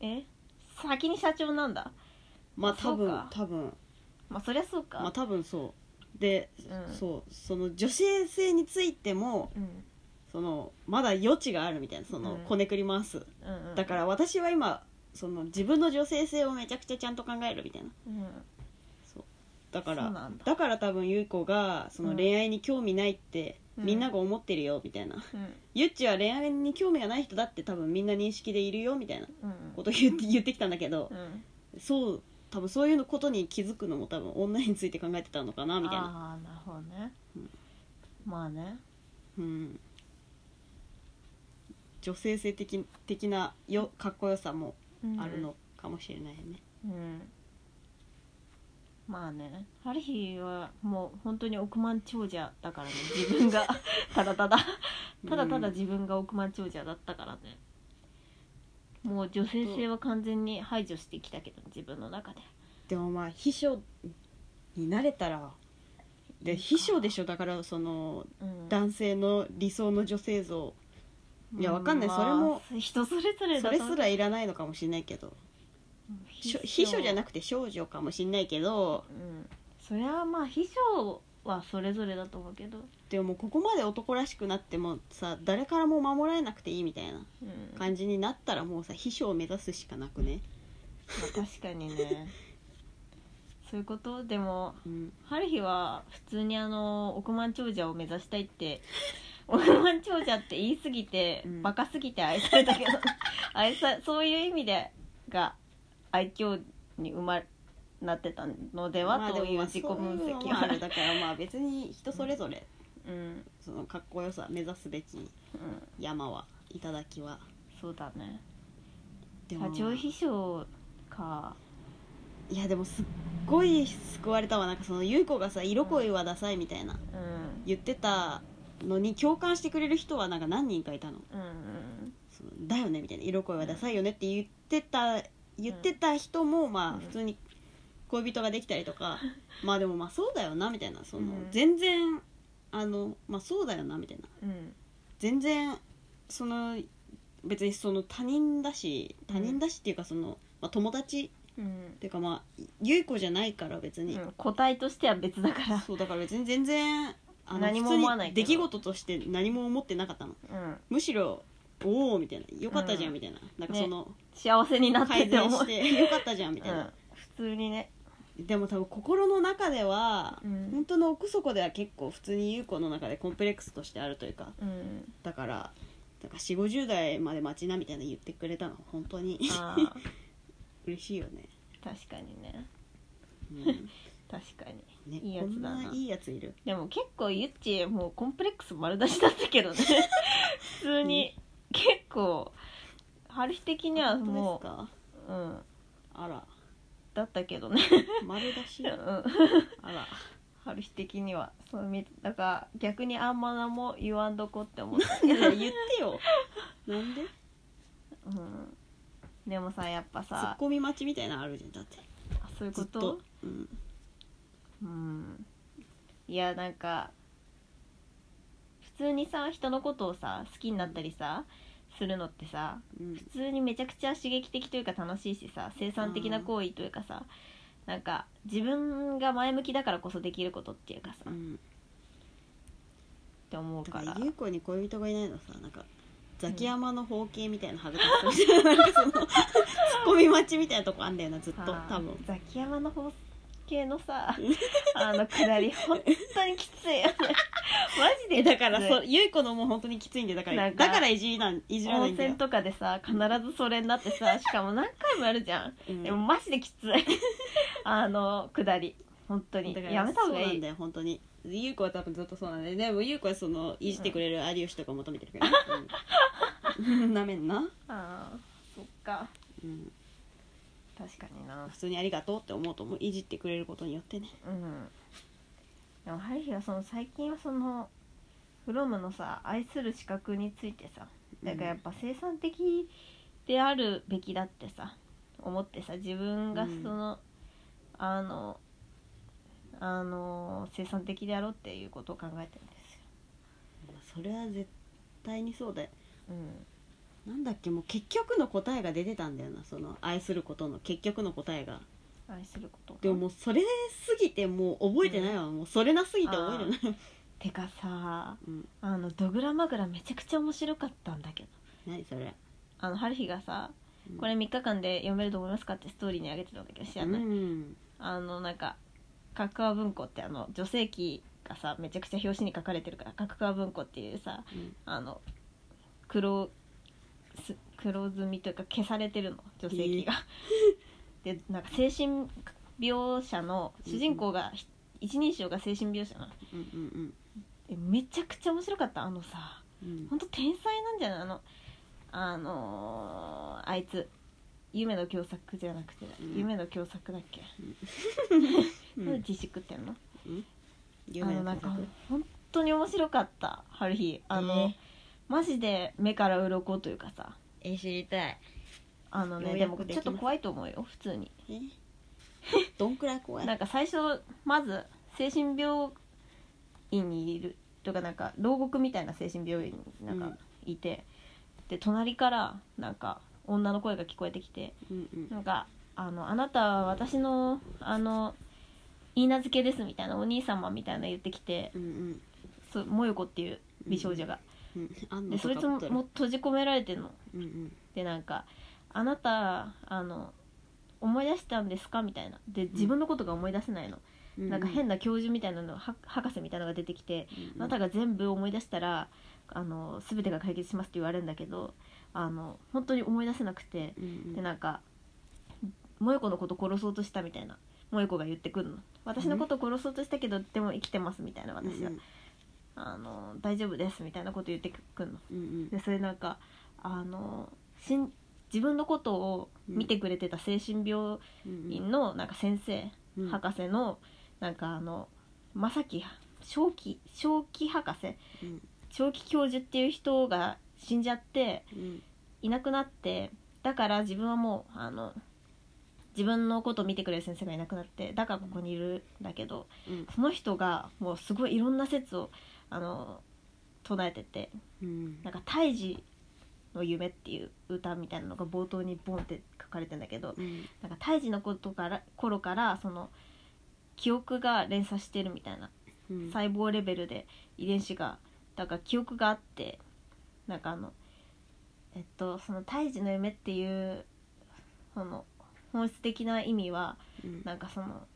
S3: え先に社長なんだ
S2: まあ
S3: あそ
S2: 多
S3: う
S2: 分
S3: か
S2: 多分
S3: まあそりゃそうか、
S2: まあ多分そうで、
S3: うん
S2: そうその女性性についても
S3: うん
S2: そのまだ余地があるみたいなその、
S3: うん
S2: こねくり回す
S3: うんうん
S2: だから私は今その自分の女性性をめちゃくちゃちゃんと考えるみたいな
S3: うん
S2: だか
S3: そう
S2: ら
S3: なんだ
S2: だから多分優子がその
S3: うん
S2: 恋愛に興味ないって、
S3: うん
S2: みんなが思ってるよみたいな、
S3: うん
S2: ゆっちは恋愛に興味がない人だって多分みんな認識でいるよみたいな
S3: うん
S2: こと言 って言ってきたんだけど
S3: う、ん
S2: そう多分そういうのことに気づくのも多分女について考えてたのかなみたいな、
S3: ああなるほどね、
S2: うん
S3: まあね
S2: うん、女性性的的なよかっこよさもあるのかもしれないね、
S3: うん、うんまあねハルヒはもう本当に億万長者だからね自 分がただただただただ
S2: うん
S3: 自分が億万長者だったからね、もう女性性は完全に排除してきたけど自分の中で
S2: でもまあ秘書になれたらで秘書でしょだからその
S3: うん
S2: 男性の理想の女性像いや
S3: うん
S2: わかんない
S3: ま
S2: それも
S3: あ人それぞれ
S2: そ
S3: だ
S2: れ
S3: と
S2: すらいらないのかもしれないけど
S3: うん
S2: しょ秘書じゃな
S3: て
S2: くて少女かもしれないけど
S3: うんそれはまあ秘書はそれぞれだと思うけど、
S2: でももうここまで男らしくなってもさ誰からも守られなくていいみたいな
S3: うん、
S2: 感じになったらもうさ秘書を目指すしかなくね、
S3: まあ確かにねそういうことでも
S2: うん、
S3: 春日は普通にあの億万長者を目指したいって億万長者って言い過ぎて、
S2: うん
S3: バカすぎて愛されたけど 愛さそういう意味でが愛嬌に生まなってたのでは、
S2: まあ
S3: という
S2: まあ
S3: 自己分
S2: そういうの
S3: 析
S2: も
S3: は
S2: あるだからまあ別に人それぞれ
S3: うん、うん、
S2: そのかっこよさ目指すべき山はいただきは
S3: そうだね
S2: で
S3: 社長秘書か
S2: いやでもすっごい救われたわなんかその優子がさ「色恋はダサい」みたいな
S3: うん
S2: 言ってたのに共感してくれる人はなんか何人かいたの
S3: うんうん
S2: そのだよねみたいな「色恋はダサいよね」って言ってた言ってた人もま
S3: う
S2: あ
S3: ん
S2: 普通に恋人ができたりと か、まあでもまあそうだよなみたいなその
S3: うん
S2: 全然あのまあそうだよなみたいな
S3: うん
S2: 全然その別にその他人だし他人だしっていうかその、まあ、友達
S3: うん
S2: っていうかまあ優子じゃないから別に、
S3: うん個体としては別だから
S2: そうだから別に全然あの
S3: 何も思わない
S2: 普通
S3: けど
S2: に出来事として何も思ってなかったの
S3: うん、
S2: むしろおおみたいなよかったじゃ
S3: うんん
S2: みたいな、なんかその、
S3: 幸せになって
S2: 改
S3: て
S2: 善
S3: 思う
S2: し、てよかったじゃんみたいな、
S3: うん、普通にね
S2: でも多分心の中では、
S3: うん
S2: 本当の奥底では結構普通に優子の中でコンプレックスとしてあるというか
S3: うん
S2: だからなんか4 5 0代まで待ちなみたいな言ってくれたの本当に
S3: あー
S2: 嬉しいよね,、
S3: 確かにね
S2: うん、
S3: 確かに
S2: ね
S3: いいやつだな
S2: こんないいやついる
S3: でも結構ゆっちもうコンプレックス丸出しだったけどね普通に結構春日的には
S2: 本
S3: も
S2: 当ですか
S3: ううん
S2: あら
S3: だったけどね
S2: 丸出 し
S3: う
S2: あ
S3: ん
S2: ら
S3: 春日的にはそうみだから逆にあんま何も言わんどこって思った
S2: いや言ってよなんで
S3: うんでもさやっぱ
S2: ツッ
S3: さ
S2: コミ待ちみたいなのあるじゃんだって
S3: あそういう
S2: ず
S3: こ
S2: っ
S3: と
S2: と、うん、
S3: うんいやなんか普通にさ人のことをさ好きになったりさするのってさ
S2: うん
S3: 普通にめちゃくちゃ刺激的というか楽しいしさ生産的な行為というかさ、なんか自分が前向きだからこそできることっていうかさ、
S2: う
S3: っ
S2: ん、
S3: て思う
S2: だ
S3: か
S2: から
S3: ら
S2: 優子に恋人がいないのさなんかザキヤマの包茎みたいな恥ずかしさみたいななんかそのツッコミ待ちみたいなとこあんだよなずっと
S3: あー
S2: 多分
S3: ザキヤマの方系の さあのくだり本当にきついよねマジで
S2: えだからそ
S3: きつい
S2: 優子のもう本当にきついんでだから
S3: なんか
S2: だからいじりなんいじらな
S3: 温
S2: いんだよ
S3: 泉、とかでさ必ずそれになってさしかも何回もやるじゃん
S2: うん
S3: でもマジできつい あのくだり本当に
S2: だから
S3: やめた方が
S2: そうないん
S3: い
S2: だよ本当に優子は多分ずっとそうなんででも優子はそのいじってくれる有吉とか求めてる けどね、うん、なめんな、
S3: ああそっか
S2: うん、
S3: 確かにな
S2: 普通にありがとうって思うと思ういじってくれることによってね
S3: うんでもハリヒはその最近はそのフロムのさ愛する資格についてさだからやっぱ生産的であるべきだってさ思ってさ自分がその、あのあの生産的であろうっていうことを考えてるんですよ。
S2: まあそれは絶対にそうだよ
S3: う
S2: な
S3: ん
S2: んだっけもう結局の答えが出てたんだよなその愛することの結局の答えが
S3: 愛すること
S2: でももうそれすぎてもう覚えてないわ、もうそれなすぎて覚えてない、
S3: てかさ
S2: うん、
S3: あのドグラマグラめちゃくちゃ面白かったんだけど
S2: 何それ
S3: あの春日がさ「これ3日間で読めると思いますか?」ってストーリーにあげてたんだけど知らない、
S2: うん
S3: あのなんか角川文庫ってあの女性器がさめちゃくちゃ表紙に書かれてるから角川文庫っていうさ
S2: うん
S3: あの黒す黒ずみというか消されてるの女性器が。 でなんか精神描写の主人公が、一人称が精神描写なの
S2: うんうん
S3: でめちゃくちゃ面白かったあのさ
S2: うんうん
S3: 本当天才なんじゃないあのあのーあいつ夢の共作じゃなくて、
S2: うん
S3: 夢の共作だっけ、
S2: うん
S3: なんで自粛ってんのあ
S2: 夢
S3: の
S2: の
S3: なん
S2: 感
S3: か
S2: 覚
S3: 本当に面白かった春日あの、
S2: えー
S3: マジで目から鱗というかさ
S2: え知りたい
S3: あのね
S2: よう
S3: で
S2: やく
S3: も
S2: で
S3: ち
S2: きま
S3: ょっ
S2: す
S3: と怖いと思うよ普通に
S2: え どんくらい怖い
S3: なんか最初まず精神病院にいるとかなんか牢獄みたいな精神病院になんかいて、で隣からなんか女の声が聞こえてきて
S2: うんうん
S3: なんかあの「あなたは私のあの言い名付けです」みたいなお兄様みたいな言ってきて
S2: うんうん
S3: そうもよこっていう美少女が、
S2: うんあんの
S3: でそいつももう閉じ込められてんの
S2: うんうん
S3: でなんか「あなたあの思い出したんですか?」みたいなで自分のことが思い出せないの、
S2: うん
S3: なんか変な教授みたいなのは博士みたいなのが出てきて、あなたが全部思い出したらあの全てが解決しますって言われるんだけどあの本当に思い出せなくて、
S2: うんうん
S3: でなんか萌子のこと殺そうとしたみたいな萌子が言ってくるの私のこと殺そうとしたけどでも生きてますみたいな私は、あの大丈夫ですみたいなこと言ってくるの
S2: うんうん
S3: でそれなんかあのしん自分のことを見てくれてた精神病
S2: うんうん
S3: 院のなんか先生、
S2: うん
S3: 博士のなんかあの正樹正気正気博士
S2: うん
S3: 正気教授っていう人が死んじゃって
S2: うん
S3: いなくなってだから自分はもうあの自分のことを見てくれる先生がいなくなってだからここにいるんだけど
S2: うん
S3: その人がもうすごいいろんな説をあの唱えてて
S2: うん
S3: なんか「胎児の夢」っていう歌みたいなのが冒頭にボンって書かれてんだけど
S2: うん
S3: なんか胎児のことから頃からその記憶が連鎖してるみたいな
S2: うん
S3: 細胞レベルで遺伝子がだから記憶があってなんかあのえっとその胎児の夢っていうその本質的な意味は
S2: うん
S3: なんかその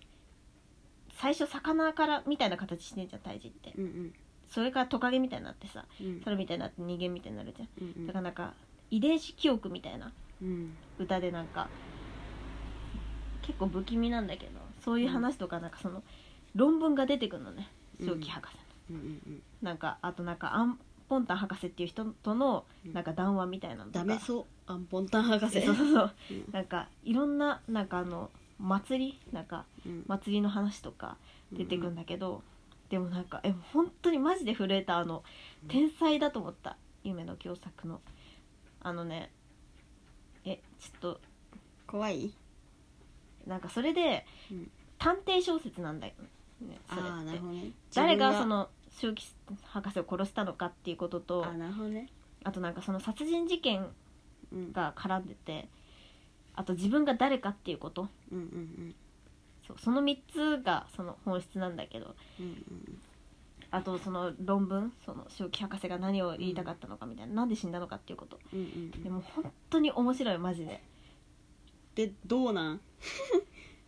S3: 最初魚からみたいな形してんじゃん胎児って
S2: うんうん
S3: それからトカゲみたいになってさ
S2: うん
S3: 猿みたいになって人間みたいになるじゃん
S2: うん
S3: だからなんか遺伝子記憶みたいな
S2: うん
S3: 歌でなんか結構不気味なんだけどそういう話とかなんかその論文が出てくるのね正気博士の、
S2: うんうん
S3: なんかあとなんかアンポンタン博士っていう人とのなんか談話みたいなのと
S2: ダ
S3: か
S2: メそうアンポンタン博士
S3: そうそうそう
S2: うん
S3: なんかいろんななんかあの祭りなんか
S2: うん
S3: 祭りの話とか出てくるんだけど、でもなんかえ本当にマジで震えたあの
S2: うん
S3: 天才だと思った夢の共作のあのねえちょっと
S2: 怖い
S3: なんかそれで、
S2: うん
S3: 探偵小説なんだよねそれ
S2: ああな
S3: っ
S2: る
S3: て
S2: ほどね
S3: 誰がその周期博士を殺したのかっていうこと
S2: 自分が
S3: と
S2: あーなるほどね
S3: あとなんかその殺人事件
S2: うん
S3: が絡んでてあと自分が誰かっていうこと
S2: うんうん
S3: そうその3つがその本質なんだけど
S2: うんうん
S3: あとその論文その周期博士が何を言いたかったのかみたいな、なんで死んだのかっていうこと
S2: うんうんうん
S3: でも本当に面白いマジで
S2: でどうなん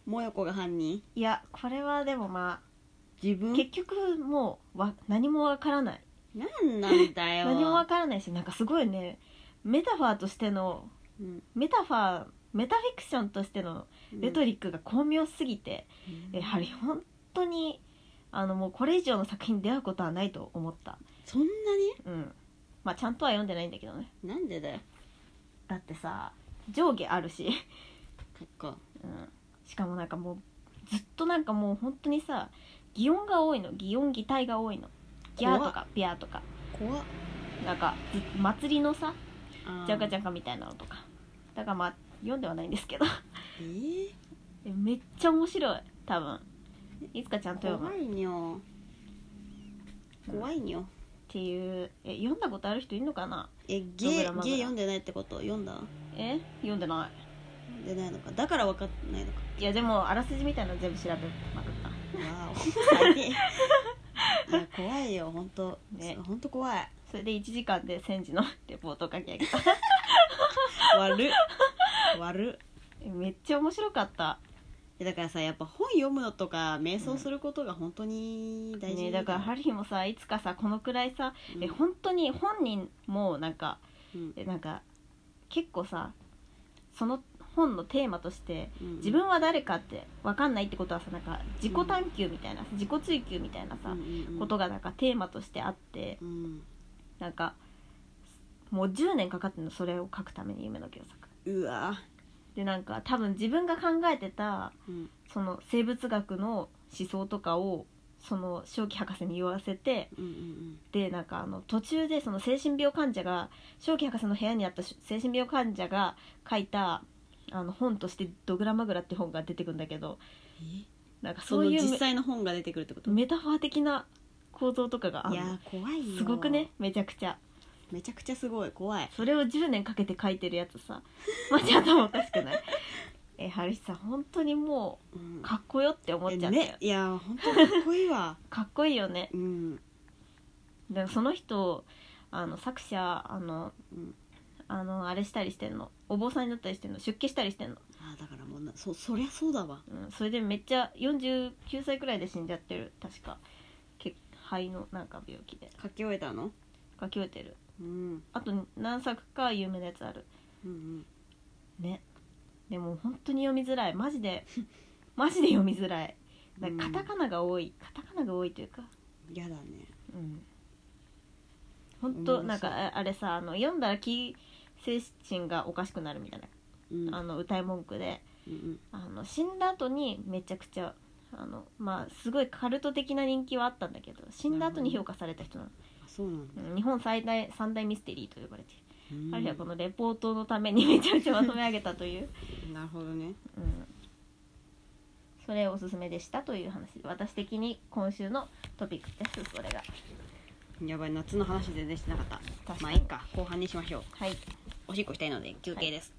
S2: もよこが犯人
S3: いやこれはでもま
S2: 自
S3: あ
S2: 分
S3: 結局もうわ何もわからない
S2: なんなんだよ
S3: 何もわからないしなんかすごいねメタファーとしての
S2: うん
S3: メタファーメタフィクションとしての
S2: うん
S3: レトリックが巧妙すぎて、
S2: うん
S3: やはり本当にあのもうこれ以上の作品に出会うことはないと思った
S2: そんな
S3: うんまあちゃんとは読んでないんだけどね
S2: になんでだよ
S3: だってさ上下あるし、
S2: そっか
S3: うん、しかもなんかもうずっとなんかもう本当にさ擬音が多いの擬音擬態が多いのギャーとかピャーとか
S2: 怖っ
S3: なんかず祭りのさ
S2: あー
S3: ジャカジャカみたいなのとかだからまあ読んではないんですけど
S2: えー
S3: えめっちゃ面白い多分いつかちゃんと読む
S2: 怖
S3: っ
S2: いにょ怖いにょ
S3: ていうえ読んだことある人いるのかな
S2: え
S3: マグ
S2: ゲ
S3: ラマグ
S2: ゲ
S3: ラ
S2: 読んでないってこと読んだ
S3: え読んでな
S2: 読んでないのかだから分かんないのか
S3: いいやでもあらすじみたいなの全部調べまくった
S2: わお 最低いや怖いよ本当
S3: ね
S2: 本当怖い
S3: それで1時間で1000字の レポートを書き上げた
S2: 悪っ悪っ
S3: えめっちゃ面白かった
S2: えだからさやっぱ本読むのとか瞑想することが本当に大事
S3: ね、だからハリーもさいつかさこのくらいさ、
S2: うん
S3: え本当に本人もなんか
S2: うん
S3: えなんか結構さその本のテーマとして
S2: うん
S3: 自分は誰かって分かんないってことはさなんか自己探求みたいな、自己追求みたいなさ、こと
S2: が
S3: がなんかテーマとしてあって
S2: うん
S3: なんかもう10年かかってんのそれを書くために夢の共作
S2: うわ
S3: でなんか多分自分が考えてた
S2: うん
S3: その生物学の思想とかをその正気博士に言わせて
S2: うんうん
S3: でなんかあの途中でその精神病患者が正気博士の部屋にあったし精神病患者が書いたあの本として「ドグラマグラ」って本が出てくるんだけど
S2: え
S3: なんかそ
S2: そうの
S3: いう
S2: 実
S3: メ
S2: 際の本が出てくるってこと
S3: メタファー的な構造とかがあ
S2: い
S3: る
S2: やー怖いよ
S3: すごくねめちゃくちゃ
S2: めちゃくちゃすごい怖い
S3: それを10年かけて書いてるやつさマジ頭おかしくないえ春日さん本当にも
S2: うん
S3: うかっこよって思っ
S2: え
S3: ちゃって、
S2: ねいやー本当かっこいいわ
S3: かっこいいよね
S2: うん
S3: でもその人あの作者あの
S2: うん
S3: あのあれしたりしてんのお坊さんになったりしてんの出家したりしてんの、
S2: あーだからもうなそそりゃそうだわ
S3: うん、それでめっちゃ49歳くらいで死んじゃってる確かけ肺のなんか病気で
S2: 書き終えたの
S3: 書き終えてる
S2: うん
S3: あと何作か有名なやつある
S2: うん
S3: ねでも本当に読みづらいマジでマジで読みづらいなんか
S2: うん
S3: カタカナが多い、カタカナが多いというか
S2: うんやだね
S3: うん本
S2: 面白
S3: 当
S2: い
S3: なんかああれさあの読んだら気精神がおかしくなるみたいな、
S2: うん
S3: あの歌い文句で
S2: うんうん
S3: あの死んだ後にめちゃくちゃあのまあすごいカルト的な人気はあったんだけど死んだ後に評価された人なの、
S2: あそうなんだ
S3: うん日本最大三大ミステリーと呼ばれている、
S2: うん
S3: あるいはこのレポートのためにめちゃめちゃまとめ上げたという、
S2: なるほどね
S3: うん、それおすすめでしたという話私的に今週のトピックですそれが
S2: やばい夏の話全然してなかった
S3: 確
S2: ま
S3: か
S2: あい
S3: に
S2: いか後半にしましょう
S3: はい
S2: おしっこしたいので休憩です、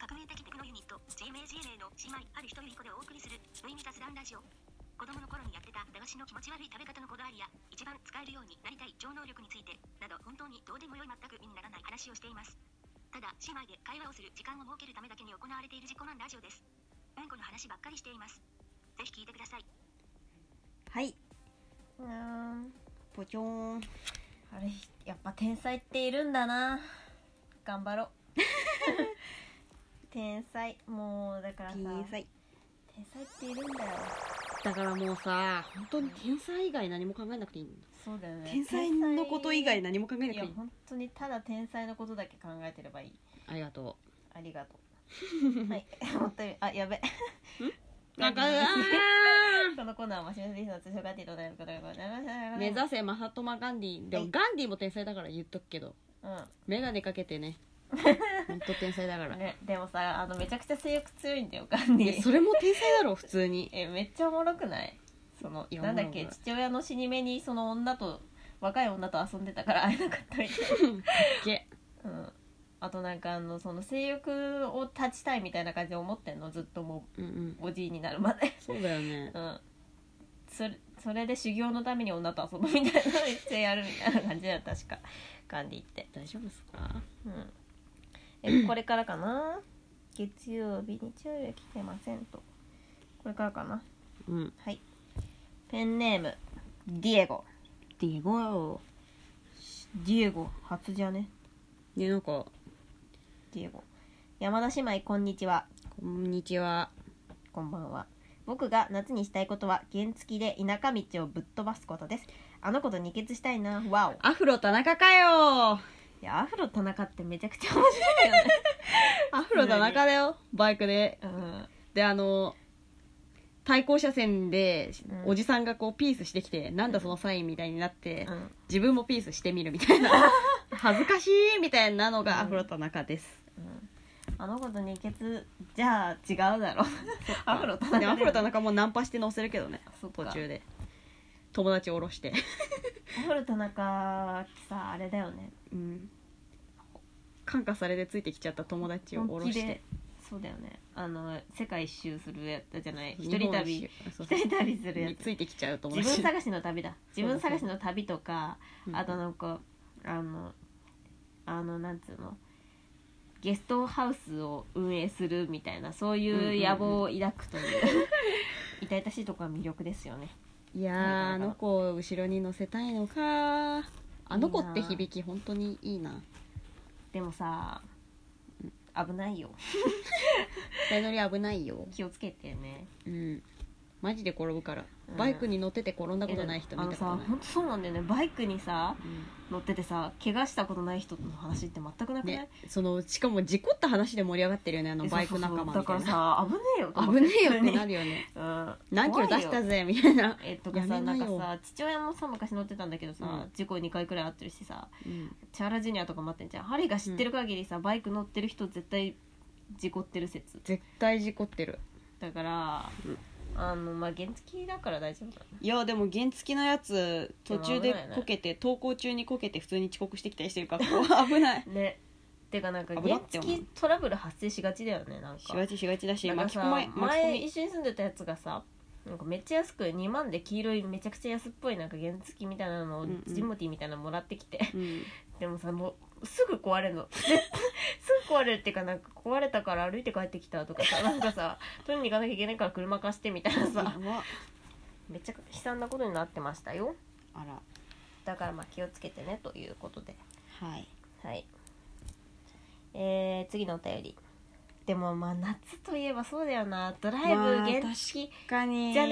S1: 革命的テクノユニット JMAGNA の姉妹ある一人子でお送りする無意味雑談ラジオ子供の頃にやってた駄菓子の気持ち悪い食べ方のこだわりや一番使えるようになりたい超能力についてなど本当にどうでもよい全く意味にならない話をしていますただ姉妹で会話をする時間を設けるためだけに行われている自己満ラジオですうんこの話ばっかりしていますぜひ聞いてください
S2: はい
S3: うん
S2: ポチョーン
S3: あれやっぱ天才っているんだな頑 張ろう天才もうだからさ
S2: 天才
S3: 天才っているんだよ
S2: だからもうさ本当に天才以外何も考えなくていいんだ
S3: そうだよね
S2: 天才のこと以外
S3: な
S2: 何も考えなく
S3: い
S2: てい
S3: や
S2: い
S3: 本当にただ天才のことだけ考えてればいい
S2: ありがと
S3: ありがと うはい本当にあやべ
S2: うなんかうわ
S3: このコーナーは真面目なリスナーと紹介していただくことがございま
S2: ー
S3: す
S2: 目指せマハトマガンディでもガンディも天才だから言っとくけど
S3: う
S2: 眼鏡かけて ね本当天才だから、
S3: んねでもさあのめちゃくちゃ性欲強いんだよガンデ
S2: いや
S3: ィ
S2: それも天才だろ普通に
S3: えめっちゃおもろくないその
S2: いや
S3: なんだっ
S2: お
S3: け
S2: もろい
S3: 父親の死に目にその女と若い女と遊んでたから会えなかったみたい
S2: け
S3: な、うん、あとなんかあのその性欲を断ちたいみたいな感じで思ってんのずっとも
S2: うんうん
S3: うおじいになるまで
S2: そうだよね
S3: うんそれそれで修行のために女と遊ぶみたいな のめっちゃやるみたいな感じだよ確かガンディって
S2: 大丈夫ですか
S3: うん えこれからかな月曜日日曜日は来てませんとこれからかな
S2: うん
S3: はいペンネームディエゴ
S2: ディエゴ
S3: ディエゴ初じゃね
S2: ねなんか
S3: ディエゴ山田姉妹こんにちは
S2: こんにちは
S3: こんばんは僕が夏にしたいことは原付きで田舎道をぶっ飛ばすことですあの子と二血したいなわおい
S2: アフロ田中かよ
S3: やアフロ田中ってめちゃくちゃ面白いよね
S2: アフロ田中だよバイクで
S3: うん
S2: であの対向車線で
S3: うん
S2: おじさんがこうピースしてきて、なんだそのサインみたいになって、
S3: うん
S2: 自分もピースしてみるみたい な恥ずかしいみたいなのがアフロ田中です、
S3: あの子と二血じゃあ違うだろアフロ田中
S2: で
S3: だよ
S2: ア
S3: ね
S2: フロ田中もナンパして乗せるけどね
S3: そっか
S2: 途中で友達降ろして、
S3: アフロ田中さあれだよね
S2: うん、感化されてついてきちゃった友達を降ろ
S3: 本気
S2: して
S3: でそうだよねあの世界一周するやったじゃない一
S2: 日
S3: 人
S2: 本
S3: 旅
S2: 一
S3: 一
S2: 周そうそう
S3: 人旅するや
S2: に
S3: つ
S2: ついてきちゃう友
S3: 自分
S2: 達
S3: 探しの旅だ自分探しの旅とか
S2: うん
S3: あとなんかあのあのなんつうのゲストハウスを運営するみたいなそういう野望を抱くという 痛々しいところが魅力ですよね
S2: いやーあの子を後ろに乗せたいのかーあの子って
S3: いいなー
S2: 響き本当にいいな
S3: でもさ危ないよ
S2: 二人乗り危ないよ
S3: 気をつけてね
S2: うんマジで転ぶから
S3: うん
S2: バイクに乗ってて転んだことない人見たこと
S3: あの
S2: な
S3: さ
S2: い
S3: 本当そうなんだよねバイクにさ
S2: うん
S3: 乗っててさ怪我したことない人の話って全くなくない、
S2: ね、そのしかも事故った話で盛り上がってるよねあの
S3: え
S2: バイク仲間
S3: そう
S2: み
S3: そ
S2: た
S3: う
S2: い
S3: そうだ
S2: な
S3: からさ危ねえよと思
S2: 危ねえよって
S3: 普通
S2: な
S3: に
S2: るよ ね
S3: うん
S2: 何キロ出し
S3: 怖
S2: た
S3: いよ
S2: ぜみたいな、
S3: えとか
S2: や
S3: さ
S2: め
S3: な
S2: なんよ
S3: かさ父親もさ昔乗ってたんだけどさ、
S2: うん
S3: 事故2回くらい遭ってるしさ
S2: うん
S3: チャーラジュニアとか待ってんじゃんハリーが知ってる限りさ、バイク乗ってる人絶対事故ってる説
S2: 絶対事故ってる
S3: だから、
S2: うん
S3: あのまあ原付だから大丈夫だ
S2: いやでも原付のやつ途
S3: でも
S2: 中
S3: 危
S2: で
S3: ないね
S2: こけて登校中にこけて普通に遅刻してきたりしてるから 怖い危ない
S3: ねてかなんか
S2: 危な
S3: 原
S2: って思う
S3: 付トラブル発生しがちだよねなん
S2: し
S3: か
S2: がちしがちだし
S3: なんか
S2: 巻き
S3: さ
S2: 込ま巻き込
S3: 前
S2: み
S3: 一緒に住んでたやつがさなんかめっちゃ安く2万で黄色いめちゃくちゃ安っぽいなんか原付みたいなのを、
S2: うんうん
S3: ジモティーみたいなのもらってきて
S2: うん
S3: でもさもうすぐ壊れるの 絶対すぐ壊れるっていうかなんか壊れたから歩いて帰ってきたとかさなん かさ取りに行かなきゃいけないから車貸してみたいな
S2: や
S3: さ
S2: ば
S3: めっちゃ悲惨なことになってましたよ
S2: あら
S3: だからまあ気をつけてねということで
S2: はい
S3: はいえー、次のお便りでもまあ夏といえばそうだよなドライ
S2: まあ
S3: ブ原付
S2: 確かに
S3: じゃ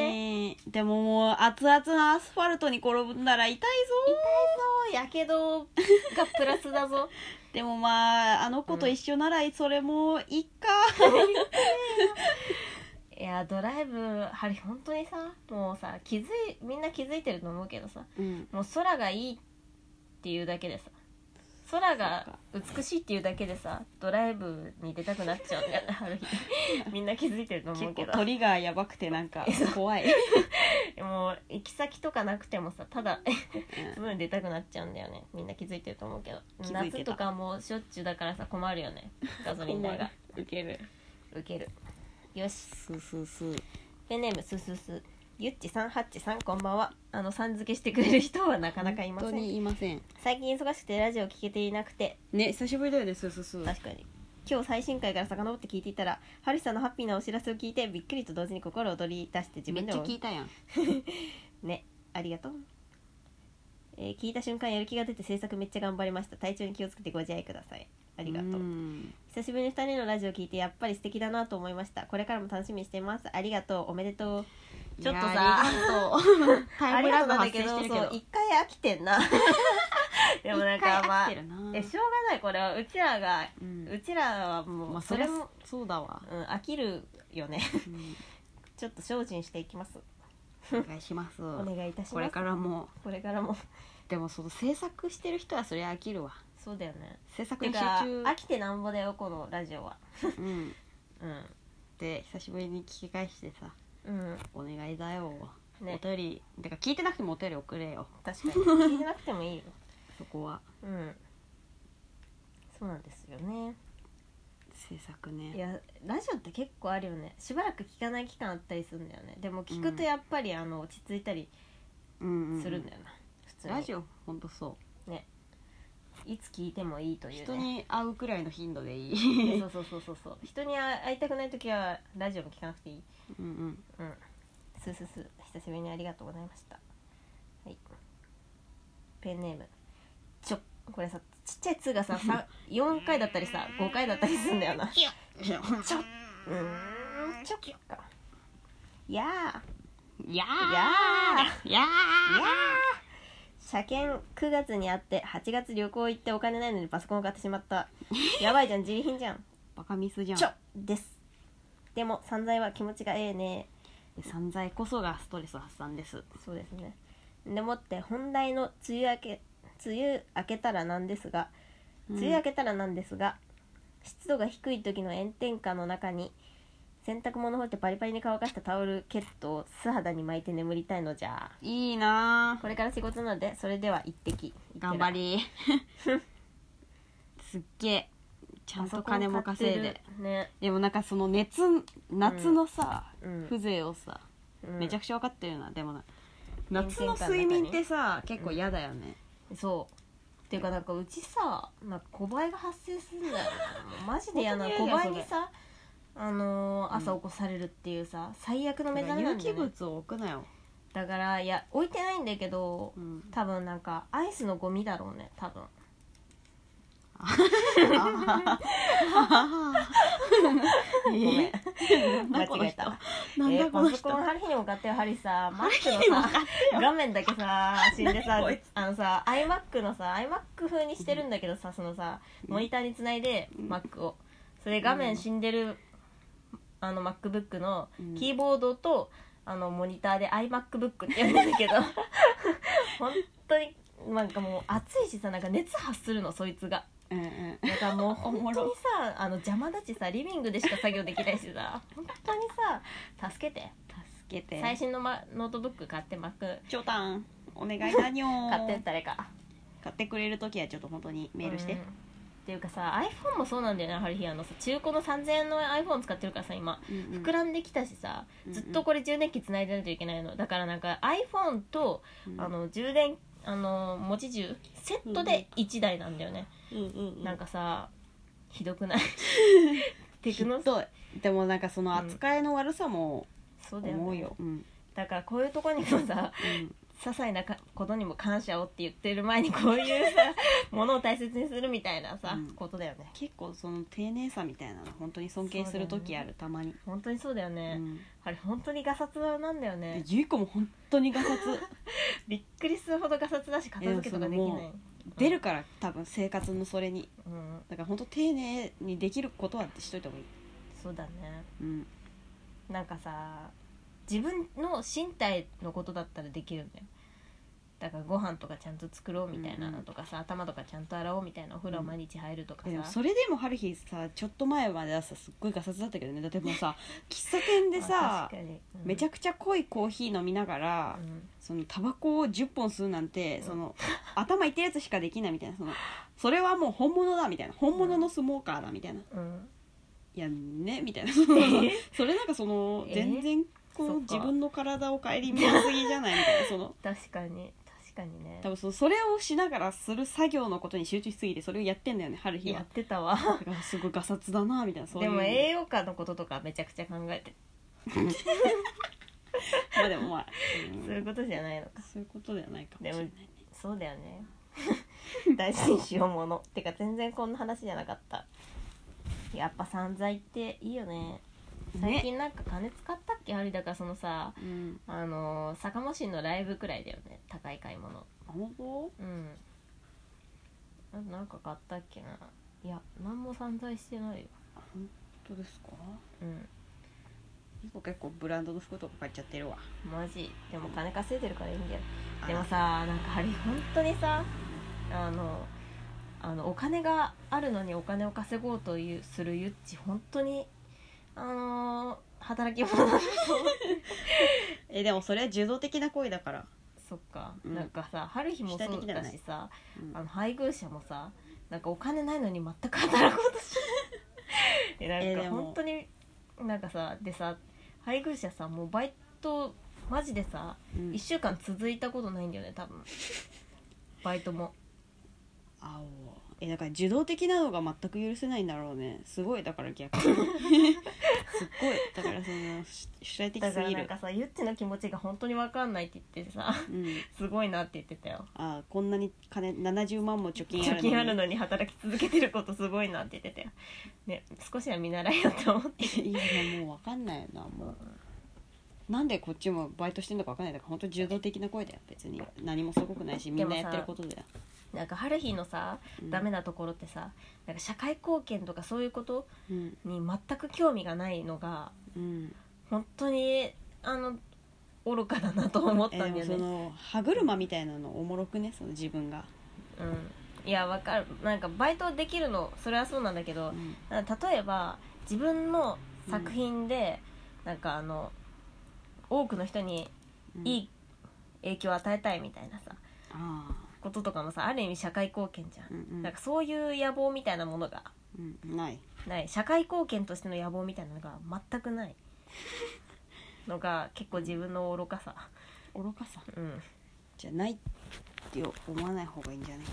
S2: でももう熱々のアスファルトに転ぶんだら痛いぞ
S3: 痛いぞやけどがプラスだぞ
S2: でもまああの子と一緒ならそれもいっか、
S3: いやドライブあれ本当にさもうさ気づいみんな気づいてると思うけどさ
S2: うん、
S3: もう空がいいっていうだけでさ空が美しいっていうだけでさドライブに出たくなっちゃうんだよねある 日みんな気づいてると思
S2: 結
S3: うけ
S2: 構
S3: ど
S2: トリガーやばくてなんか怖い、
S3: もう行き先とかなくてもさた だ
S2: う
S3: すぐに出たくなっちゃうんだよねみんな気づいてると思うけど
S2: 気づいてた
S3: 夏とかもうしょっちゅうだからさ困るよねガソリン代 が
S2: ウケる
S3: ウケるよし
S2: スースースー
S3: ペンネームスースースーゆっちさんはっちさんこんばんはあのさん付けしてくれる人はなかなかいませ
S2: 本当に
S3: ん
S2: いません
S3: 最近忙しくてラジオ聞けていなくて
S2: ね久しぶりだよねそうそうそう
S3: 確かに今日最新回から遡って聞いていたらハルさんのハッピーなお知らせを聞いてびっくりと同時に心躍り出して自
S2: め
S3: 分
S2: っ
S3: で
S2: ちゃ
S3: も
S2: 聞いたやん
S3: ねありがとう、えー聞いた瞬間やる気が出て制作めっちゃ頑張りました体調に気をつけてご自愛くださいあ
S2: あ
S3: りがとう久しぶりに2人のラジオ聞いてやっぱり素敵だなと思いましたこれからも楽しみにしてますありがとうおめでとうちょっと
S2: あ
S3: さ
S2: りがとうタイムラグ
S3: あ
S2: 発
S3: り
S2: 生
S3: がと
S2: して
S3: うな
S2: るけ
S3: んだけど
S2: ど
S3: そう一回飽きてんな でもなんかまあ
S2: 一回飽きてるな
S3: えしょうがないこれはうちらが
S2: うん
S3: うちらはもう、
S2: まあ
S3: そ
S2: そ
S3: れ
S2: れ
S3: も
S2: もそうだわ
S3: うん、飽きるよね
S2: うん
S3: ちょっと精進していきます
S2: お願いします
S3: お願いいたします
S2: これからも
S3: これからも
S2: でもその制作してる人はそれ飽きるわ
S3: そうだよね
S2: 制作
S3: て
S2: に集
S3: か
S2: 中
S3: 飽きてなんぼだよこのラジオは
S2: うん
S3: うん
S2: で久しぶりに聞き返してさ
S3: うん
S2: お願いだよ、
S3: ね
S2: お便りだから聞いてなくてもお便り送れよ
S3: 確か に聞いてなくてもいいよ
S2: そこは
S3: うんそうなんですよね
S2: 制作ね
S3: いやラジオって結構あるよねしばらく聞かない期間あったりするんだよねでも聞くとやっぱり、あの落ち着いたり
S2: うんうん
S3: するんだよな、普通に
S2: ラジオほんとそ
S3: いつ聞いてもいいと
S2: う
S3: いう、ね、
S2: 人に会うくらいの頻度でい
S3: いや
S2: い
S3: そうそうそうそうそう人に会いたくない時はラジオも聞かなくていい
S2: うんうん
S3: うんすーすーすー久しぶりにありがとうございましたはいペンネームちょこれさちっちゃい「つ」 がささ4回だったりさ5回だったりするんだよな
S2: ちょ
S3: うーんちょっかいや
S2: や
S3: ー
S2: ー
S3: いや
S2: いや
S3: ーいやー車検9月にあって8月旅行行ってお金ないのにパソコンを買ってしまったやばいじゃん自利品じゃん
S2: バカミスじゃん
S3: ちょですでも散財は気持ちがええね
S2: で散財こそがストレス発散です
S3: そうですねでもって本題の梅雨明け梅雨明けたらなんですが梅雨明けたらなんですが、湿度が低い時の炎天下の中に洗濯物を干してパリパリに乾かしたタオルケットを素肌に巻いて眠りたいのじゃ
S2: いいなー
S3: これから仕事なのでそれでは一滴いってら
S2: 頑張り すっげえちゃんと金も稼い
S3: パソコン
S2: で
S3: 買ってるね、
S2: でもなんかその熱夏のさ、
S3: うん
S2: 風情をさ、
S3: うん
S2: めちゃくちゃ分かってるなでもな
S3: 炎
S2: 夏
S3: 天
S2: の
S3: 下の中に
S2: 睡眠ってさ結構嫌だよね、
S3: そうっていうかなんかうちさなんか小林が発生するんだよなマジで嫌な
S2: 本当に
S3: 小
S2: 嫌じゃん
S3: 林にさあのー朝起こされるっていうさ、最悪の目
S2: だ
S3: 覚
S2: から
S3: めな
S2: 有
S3: んだ
S2: 機
S3: よね、
S2: 物を置くなよ、
S3: だからいや置いてないんだけど
S2: うん、
S3: 多分なんかアイスのゴミだろうね多分
S2: ご
S3: ご め
S2: な
S3: ん 間
S2: んだこの
S3: 違え
S2: 人
S3: た
S2: なん
S3: え
S2: だ
S3: ー
S2: こ
S3: パ
S2: の
S3: ソ
S2: 人、
S3: コンハリに向かってよハリさマックのさ画面だけさ死んでさ
S2: 何こいつ
S3: あのさ iMac のさ iMac 風にしてるんだけどさそのさ
S2: うん
S3: モニターにつないで Mac をそれ画面死んでる、あの MacBook の
S2: うん
S3: キーボードと、あのモニターで iMacBook って言うんだ けど本当になんかもう暑いしさなんか熱発するのそいつが
S2: うんうん
S3: だからもう本
S2: おも
S3: 当に
S2: ろ
S3: さあの邪魔だしさリビングでしか作業できないしさ本当にさ助けて
S2: 助けて
S3: 最新の、ま、ノートブック買ってマック
S2: 長短お願いだにょー
S3: 買って誰か
S2: 買ってくれる時はちょっと本当にメールして
S3: うんっていうかさ iPhone もそうなんだよねハリヒあのさ中古の3000円の iPhone 使ってるからさ今
S2: うんうん
S3: 膨らんできたしさ、
S2: うん
S3: ずっとこれ充電器つないでないといけないのだからなんか iPhone と、
S2: うん
S3: あの充電あの持ち銃セットで1台なんだよね、
S2: うんうんうん
S3: なんかさひど くないテクノ
S2: ひどいでもなんかその扱いの悪さも
S3: そうだよ,、ね、
S2: 思うよ、うん
S3: だからこういうとこにもさ
S2: うん
S3: 些細なかことにも感謝をって言ってる前にこういうさ ものを大切にするみたいなさ、
S2: うん
S3: ことだよね
S2: 結構その丁寧さみたいなの本当に尊敬する時ある、たまに、
S3: 本当にそうだよ
S2: う
S3: ね、
S2: ん、
S3: あれ本当にガサツなんだよ
S2: で
S3: ね
S2: ゆい子も本当にガサツ
S3: びっくりするほどガサツだし片付けとかでき
S2: いやそ
S3: な
S2: の
S3: い
S2: も、出るから多分生活のそれに
S3: うん、
S2: だから本当丁寧にできることはしといた方がいい、
S3: そうだね
S2: うん、
S3: なんかさ自分の身体のことだったらできるんだよだからご飯とかちゃんと作ろうみたいなのとかさ、頭とかちゃんと洗おうみたいなお風呂毎日入るとかさ、
S2: でもそれでも春日さちょっと前まではさすっごいガサツだったけどねだってもう さ喫茶店で
S3: まあ
S2: さ
S3: 確かにうん
S2: めちゃくちゃ濃いコーヒー飲みながら、
S3: うん
S2: そのタバコを10本吸うなんて、その頭いってるやつしかできないみたいなそのそれはもう本物だみたいな本物のスモーカーだみたいな、
S3: うん
S2: いやねみたいな
S3: え
S2: それなんかその
S3: え
S2: 全然こ
S3: そっ
S2: の
S3: か
S2: 自分の体を顧みなすぎじゃないみたいなその
S3: 確かに確かにね
S2: 多分そのそれをしながらする作業のことに集中しすぎてそれをやってんだよね春日
S3: やっ
S2: は
S3: てたわ
S2: だからすごいガサツだなみたいな そうい
S3: で
S2: う
S3: も栄養価のこととかめちゃくちゃ考えて
S2: まあでもまあ、うん
S3: そういうことじゃないのか
S2: そういうことではないかもしれないね
S3: そうだよね 大事にしようものてか全然こんな話じゃなかったやっぱ散財っていいよね最近なんか金使ったっけありだからそのさ
S2: うん
S3: あのー坂本のライブくらいだよね高い買い物
S2: あの子
S3: うんあなんか買ったっけないや何も散財してないよ
S2: 本当ですか
S3: うん
S2: 僕結構ブランドの服とか買っちゃってるわ
S3: マジでも金稼いでるからいいんだよ
S2: あ
S3: でもさなんかあれ本当にさあのあのお金があるのにお金を稼ごうというするゆっち本当にあのー働 き者だ
S2: えでもそれは受動的な行為だから、
S3: そっか、
S2: うん
S3: なんかさ春日もそ
S2: 主体
S3: う
S2: 的ではな
S3: だ
S2: い
S3: しさ
S2: うん
S3: あの配偶者もさなんかお金ないのに全く働こうとし ないで
S2: え
S3: なん
S2: で
S3: か
S2: も
S3: 本当になんかさでさ配偶者さもうバイトマジでさ
S2: うん
S3: 1週間続いたことないんだよね 多分バイトも
S2: あおえだから受動的なのが全く許せないんだろうねすごいだから 逆にすっごいだからそのし主体的
S3: だ
S2: す
S3: から
S2: ぎ
S3: な
S2: る
S3: んかさゆっちの気持ちが本当に分かんないって言ってさ
S2: うん、
S3: すごいなって言ってたよ
S2: あこんなに金70万も貯金あるの
S3: 貯
S2: に
S3: 金あるのに働き続けてることすごいなって言ってたよね少しは見習いよと思って
S2: いやもう分かんないよなもうなんでこっちもバイトしてんのか分かんないだから本当受動的な声だよ別に何もすごくないしみんなやってることだよ、
S3: なんか春日のさ
S2: うん
S3: ダメなところってさなんか社会貢献とかそういうこと
S2: うん
S3: に全く興味がないのが
S2: うん
S3: 本当にあの愚かだなと思ったんだ
S2: え
S3: よね、
S2: ーその歯車みたいなのおもろくねその自分が、
S3: うん、いやわかるなんかバイトできるのそれはそうなんだけど
S2: うん
S3: なんか例えば自分の作品で、なんかあの多くの人に
S2: うん
S3: いい影響を与えたいみたいなさ
S2: ああ
S3: こととかもさある意味社会貢献じゃ、
S2: うんんうん
S3: なんかそういう野望みたいなものが
S2: うんない
S3: ない社会貢献としての野望みたいなのが全くない のが結構自分の愚かさ
S2: 愚かさ
S3: うん
S2: じゃないって思わない方がいいんじゃないか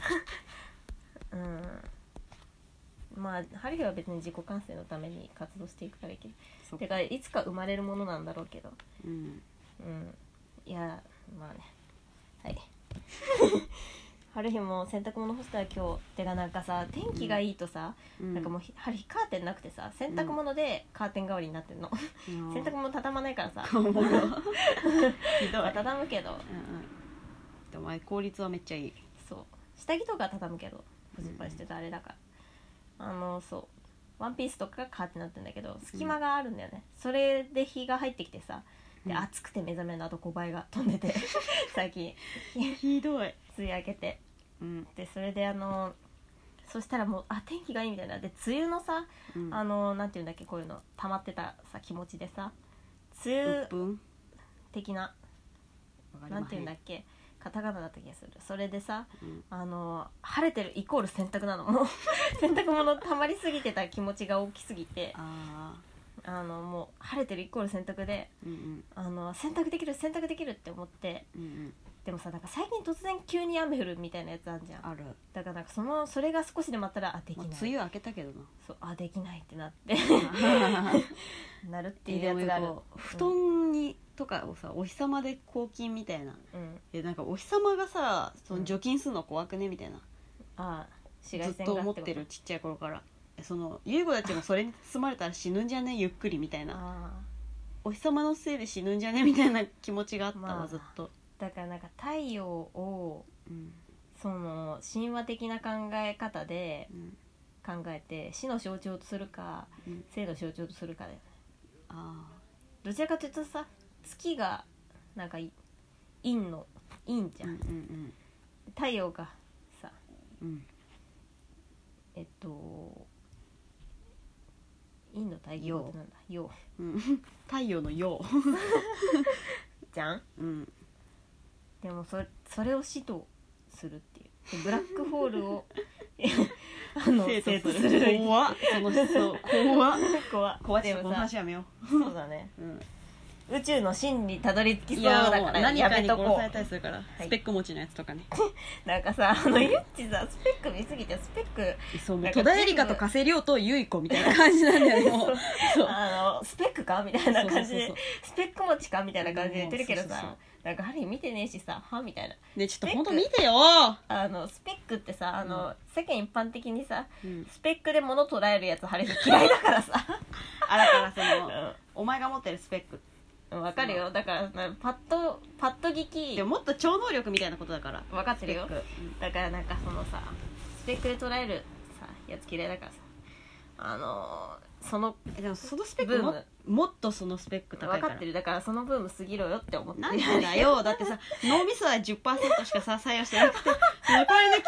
S3: うんまあ春日は別に自己完成のために活動していくからいいけど
S2: そっか
S3: てかいつか生まれるものなんだろうけど
S2: うん
S3: うんいやまあねはい 春日も洗濯物干したら今日てかなんかさ天気がいいとさ、
S2: うん
S3: なんかもうひ春日カーテンなくてさ洗濯物でカーテン代わりになってんの、
S2: うん
S3: 洗濯物畳まないからさ
S2: お もろひどい
S3: まあ畳むけ
S2: う
S3: ど
S2: んうんでもお前効率はめっちゃいい
S3: そう下着とかは畳むけど失敗してたあれだから、あのそうワンピースとかがカーテンになってんだけど隙間があるんだよね、それで日が入ってきてさで
S2: うん
S3: 暑くて目覚めのあと5倍が 飛んでて最近
S2: ひどい
S3: 梅雨明けて
S2: うん
S3: でそれであのそしたらもうあ天気がいいみたいなで梅雨のさ
S2: うん
S3: あのなんていうんだっけこういうの溜まってたさ気持ちでさ梅
S2: う
S3: 雨
S2: っぷん
S3: 的な
S2: わかりませ
S3: なんていうんだっけカタカナだった気がするそれでさ
S2: うん
S3: あの晴れてるイコール洗濯なのもう 洗濯物たまりすぎてた気持ちが大きすぎて
S2: あ
S3: あのもう晴れてるイコール洗濯で
S2: ーうん
S3: あの洗濯できる洗濯できるって思って
S2: うんうんうん
S3: でもさなんか最近突然急に雨降るみたいなやつあんじゃん
S2: ある
S3: だからなんかそのそれが少しでもあったらあでき
S2: ま
S3: な
S2: あ
S3: い、
S2: 梅雨明けたけどな
S3: そうあできないって なって なるっていう
S2: で
S3: や
S2: も
S3: つがある
S2: こう布団にとかをさお日様で抗菌みたいな
S3: うん、うん
S2: でなんかお日様がさその
S3: うん
S2: 除菌するの怖くねみたいな
S3: ああ紫
S2: ずっ
S3: 外線
S2: と
S3: が
S2: 思っ
S3: こ
S2: てるちっちゃい頃からその優子たちもそれに包まれたら死ぬんじゃねゆっくりみたいな
S3: ああ
S2: お日様のせいで死ぬんじゃねみたいな気持ちがあったわ、
S3: まあ
S2: ずっと、
S3: だからなんか太陽を
S2: うん
S3: その神話的な考え方で
S2: うん
S3: 考えて死の象徴とするか
S2: うん
S3: 生の象徴とするかだよね
S2: あ
S3: どちらかというとさ月がなんかい陰の陰じ
S2: あう
S3: ゃ、
S2: んんうん
S3: 太陽がさ
S2: うんうん
S3: えっと陰の対義語ってなんだ陽
S2: うん太陽のよ
S3: じゃん
S2: う、うん、
S3: でもそそれを死とするっていうでブラックホール をあの
S2: 生
S3: 生
S2: 徒
S3: と
S2: す
S3: する
S2: る怖っその思想怖っ
S3: 怖
S2: 怖っ
S3: で
S2: ちょっと
S3: も
S2: この
S3: さ
S2: 話やめよ
S3: そうだね
S2: う、うん、
S3: 宇宙の真にたどり着きそ
S2: い
S3: うだ
S2: や
S3: か
S2: もう
S3: ら
S2: 何
S3: や
S2: か
S3: め
S2: に
S3: と
S2: 殺
S3: こ
S2: された
S3: う
S2: りするから、
S3: い
S2: スペック持ちのやつとか ね
S3: なんかさあのゆっちさスペック見すぎてスペック
S2: そうも
S3: な
S2: うん
S3: か
S2: 戸田恵梨香と加瀬亮と結衣子みたいな感じなんだ よもうそう
S3: あのスペックかみたいな感じで
S2: そうそうそう
S3: スペック持ちかみたいな感じで言ってるけど
S2: うんそうそう
S3: さなんかハリー見てねえしさはみたいな
S2: ねちょっと
S3: スペック
S2: 本当見てよ、
S3: あのスペックってさあの、世間一般的にさ
S2: うん、
S3: スペックで物捉えるやつハリー嫌いだからさ、
S2: あだからその
S3: う
S2: お前が持ってるスペック
S3: ん、わかるよだからなパッとパッと聞き
S2: でももっと超能力みたいなことだから
S3: 分かってるよ
S2: スペック
S3: だからなんかそのさスペックで捉えるさやつ嫌いだからさあのその
S2: えでもそのスペックも
S3: ブー
S2: もっとそのスペック高
S3: 分
S2: いか
S3: からってるだからそのブーム過ぎろよって思って
S2: なん
S3: る
S2: でだよだってさ脳みそは10%しかさ採用してなくて残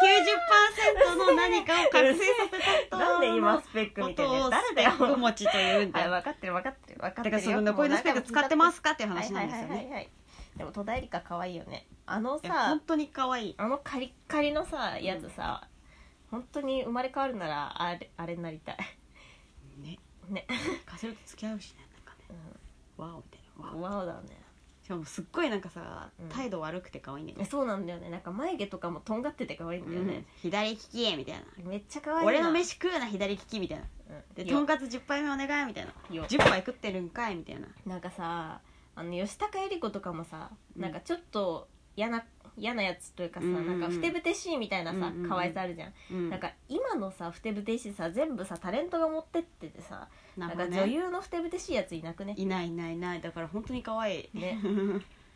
S2: りの90%の何かを覚醒させた人
S3: なんで今スペック
S2: のこ
S3: みたい
S2: と
S3: な
S2: を
S3: 誰
S2: ス
S3: だ
S2: ペ
S3: よ
S2: ック持ちというんだ
S3: はい、
S2: よ
S3: 分かってる分かってる分か
S2: だ
S3: って
S2: から
S3: る
S2: その残りのスペック使ってますかっていう話なんですよ
S3: はいは
S2: ね
S3: いはいはいでも戸田恵梨香可愛いよねあの
S2: いや
S3: さ
S2: 本当に可愛い
S3: あのカリッカリのさやつさ、本当に生まれ変わるならあれあれになりたい
S2: ね
S3: ね
S2: カセルと付き合うしねなんかねわおみたいなわお
S3: ワオだね
S2: しかもすっごいなんかさ
S3: うん
S2: 態度悪くて可愛いんだよ
S3: え
S2: ね、
S3: そうなんだよねなんか眉毛とかもとんがってて可愛いんだよ
S2: うん
S3: ね、
S2: 左利きみたいな
S3: めっちゃ可愛いな
S2: 俺の、飯食うな左利きみたいな
S3: うん
S2: で
S3: よ
S2: とんかつ10杯目お願いみたいな
S3: よ
S2: 10杯食ってるんかいみたいな
S3: なんかさあの吉高由里子とかもさ、
S2: うん
S3: なんかちょっと嫌な嫌なやつというかさ、
S2: うんうんうん
S3: なんかふてぶてしいみたいなさ、
S2: うんうんうん
S3: 可愛さあるじゃん、
S2: うん
S3: なんか今のさふてぶてしいさ全部さタレントが持ってっててさ
S2: な
S3: なんん
S2: か
S3: か
S2: 女
S3: 女
S2: 優
S3: 優のふてぶてしいやついなくね
S2: いないいないいないだから本当に可 愛い
S3: ね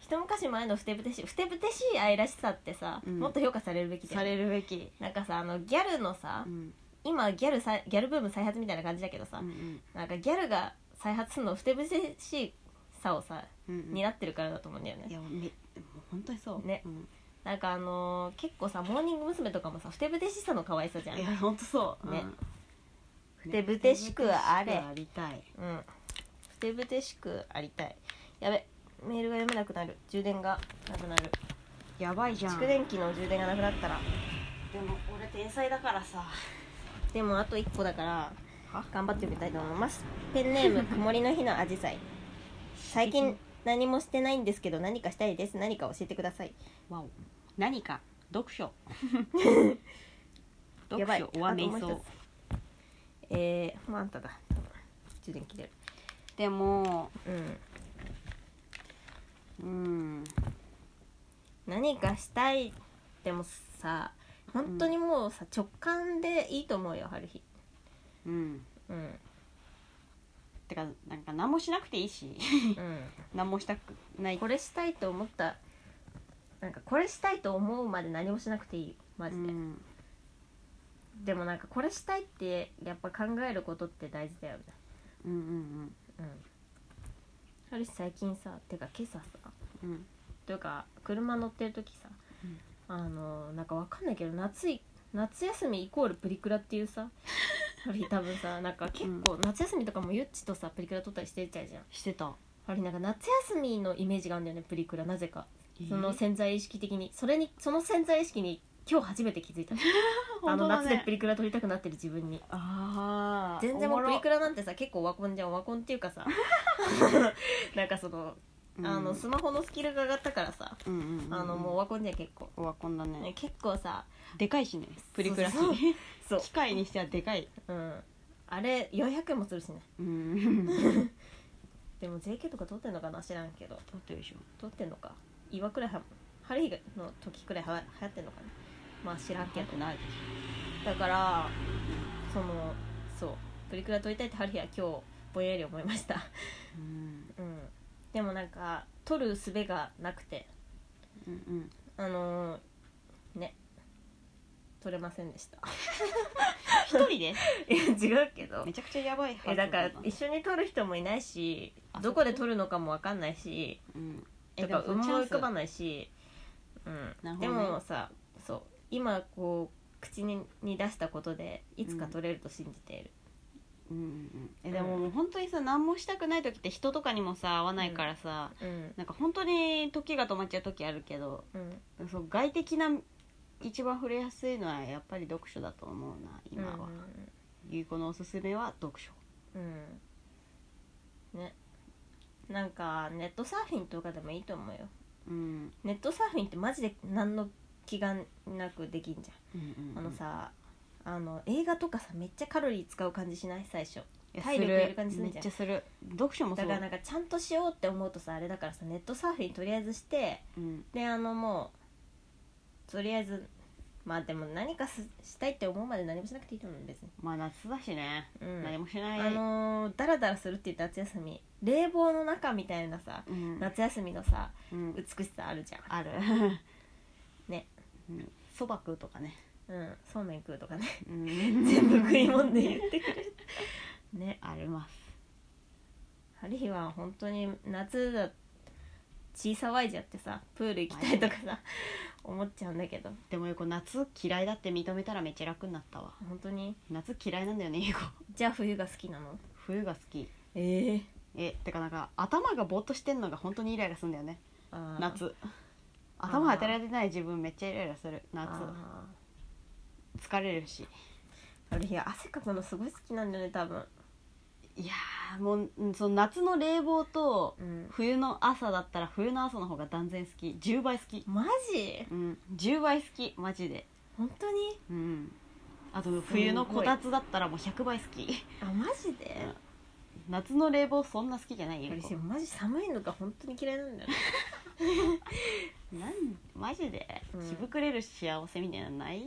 S3: 一昔前のふてぶてしいふてぶてしい愛らしさってさ、
S2: うん
S3: もっと評価されるべきだ
S2: さ
S3: よ
S2: れ
S3: ね
S2: るべき
S3: なんかさあのギャルのさ、
S2: うん
S3: 今ギャルさギャルブーム再発みたいな感じだけどさ、
S2: うんうん
S3: なんかギャルが再発するのふてぶてしいさをさ
S2: うんうんい
S3: 担ってるからだと思うんだよね、
S2: やめもう本当にそう
S3: ね
S2: うん
S3: なんかあのー結構さモーニング娘。とかもさふてぶてしさの可愛さじゃん
S2: いや本当そう
S3: ね
S2: うん
S3: ふてぶてしくあれ
S2: ふてぶてしくありたい
S3: うんふてぶてしくありたいやべメールが読めなくなる充電がなくなる
S2: やばいじゃん
S3: 蓄電器の充電がなくなったら
S2: でも俺天才だからさ
S3: でもあと1個だから頑張ってみたいと思いますペンネ ーム曇りの日のアジサイ最近何もしてないんですけど何かしたいです何か教えてください
S2: わお何か読 書
S3: や
S2: 読
S3: ばい
S2: 書おわめい
S3: あと
S2: そ
S3: もう
S2: う
S3: 一つえー、まああんただ多分充電切れる
S2: でも
S3: うん
S2: うん
S3: 何かしたいでもさ本当にもうさ、直感でいいと思うよ春日
S2: うん
S3: うん
S2: てかなんか何もしなくていいし
S3: う
S2: 何もしたくなんい
S3: これしたいと思ったなんかこれしたいと思うまで何もしなくていいよマジで、
S2: うん
S3: でもなんかこれしたいってやっぱ考えることって大事だよね
S2: うんうん
S3: うん春日最近さてか今朝さ
S2: うんうん
S3: というか車乗ってる時さ、
S2: うん
S3: あのなんかわかんないけど夏い夏休みイコールプリクラっていう さある日多分さなんか結構夏休みとかもゆっちとさプリクラ撮ったりしてたじゃん
S2: してた
S3: あれなんか夏休みのイメージがあるんだよねプリクラなぜかその
S2: えー
S3: 潜在意識的にそれにその潜在意識に今日初めて気づいた、あ
S2: 本
S3: の
S2: 当だ
S3: 夏
S2: ね
S3: でプリクラ撮りたくなってる自分に
S2: あー
S3: 全然も
S2: お
S3: う
S2: も
S3: プ
S2: ろ
S3: リクラなんてさ結構オワコンじゃんオワコンっていうか さなんかそのあのスマホのスキルが上がったからさ
S2: うんうんうんうん
S3: あのもうオワコンじゃん結構
S2: オワコンだ
S3: ね
S2: ね
S3: 結構さ
S2: でかいしねプリクラ機
S3: そうそう
S2: 機械にしてはでかい
S3: うんあれ400円もするしね
S2: うん
S3: でも JK とか撮ってんのかな知らんけど
S2: 撮ってるでしょ
S3: 撮ってんのか岩くらいは春日の時くらいは流行ってんのかなまあ知らん け
S2: やっ
S3: ど
S2: てないでし
S3: だからそのそうプリクラ撮りたいって春日は今日ぼんやり思いました
S2: ょうん
S3: うんでもなんか撮る術がなくて
S2: うんうん
S3: あのーね撮れませんでした
S2: 一人で
S3: いや違うけど
S2: めちゃくちゃやばい
S3: え
S2: 発想
S3: だから
S2: な
S3: 一緒に撮る人もいないし
S2: あ
S3: どこで撮るのかもわかんないし
S2: うんえ
S3: と
S2: でも
S3: か
S2: その
S3: 思い
S2: チャン
S3: 浮
S2: ス
S3: かばないし、うん
S2: なるほどね
S3: でもさそう今こう口にに出したことでいつか撮れると信じている、
S2: うんうんうんえでももう本当にさ何もしたくない時って人とかにもさ会わないからさ
S3: うん
S2: なんか本当に時が止まっちゃう時あるけど
S3: うん
S2: そう外的な一番触れやすいのはやっぱり読書だと思うな今は、ゆい子のおすすめは読書
S3: うん、うんねなんかネットサーフィンとかでもいいと思うよ
S2: うん
S3: ネットサーフィンってマジで何の気がなくできんじ
S2: うん
S3: ゃん
S2: うん
S3: あのさあの映画とかさめっちゃカロリー使う感じしない最初
S2: いや
S3: 体力
S2: す
S3: いる感じするじゃん
S2: めっちゃする読書もそ
S3: だ
S2: う
S3: からなんかちゃんとしようって思うとさあれだからさネットサーフィンとりあえずして
S2: うん
S3: であのもうとりあえずまあでも何かすしたいって思うまで何もしなくていいと思う別に、
S2: まあ夏だしね、
S3: うん、
S2: 何もしない
S3: あのー、だらだらするって言った夏休み冷房の中みたいなさ
S2: うん
S3: 夏休みのさ
S2: うん
S3: 美しさあるじゃん
S2: ある
S3: ね
S2: うんそば食うとかね、
S3: うんそうめん食うとかね
S2: うん、
S3: 全部食いもんで言ってくれるね
S2: あります
S3: 春日は本当に夏だ小騒いじゃってさプール行きたいとかさ思っちゃうんだけど
S2: でもよく夏嫌いだって認めたらめっちゃ楽になったわ
S3: 本当に
S2: 夏嫌いなんだよね英語
S3: じゃあ冬が好きなの
S2: 冬が好き
S3: ええ
S2: えてかなんか頭がぼーっとしてんのが本当にイライラするんだよね
S3: あー
S2: 夏頭働いてない自分めっちゃイライラする夏
S3: あ
S2: 疲れるし
S3: ー春日は汗かくのすごい好きなんだよね多分
S2: いやーもううんその夏の冷房と
S3: うん
S2: 冬の朝だったら冬の朝の方が断然好き10倍好き
S3: マジ
S2: うん10倍好きマジで
S3: 本当に
S2: うんあと冬のこたつだったらもう100倍好き
S3: あマジで
S2: 夏の冷房そんな好きじゃないよ
S3: 春日マジ寒いのが本当に嫌いなんだよね
S2: なんマジで
S3: うん
S2: ひぶくれる幸せみたいなのない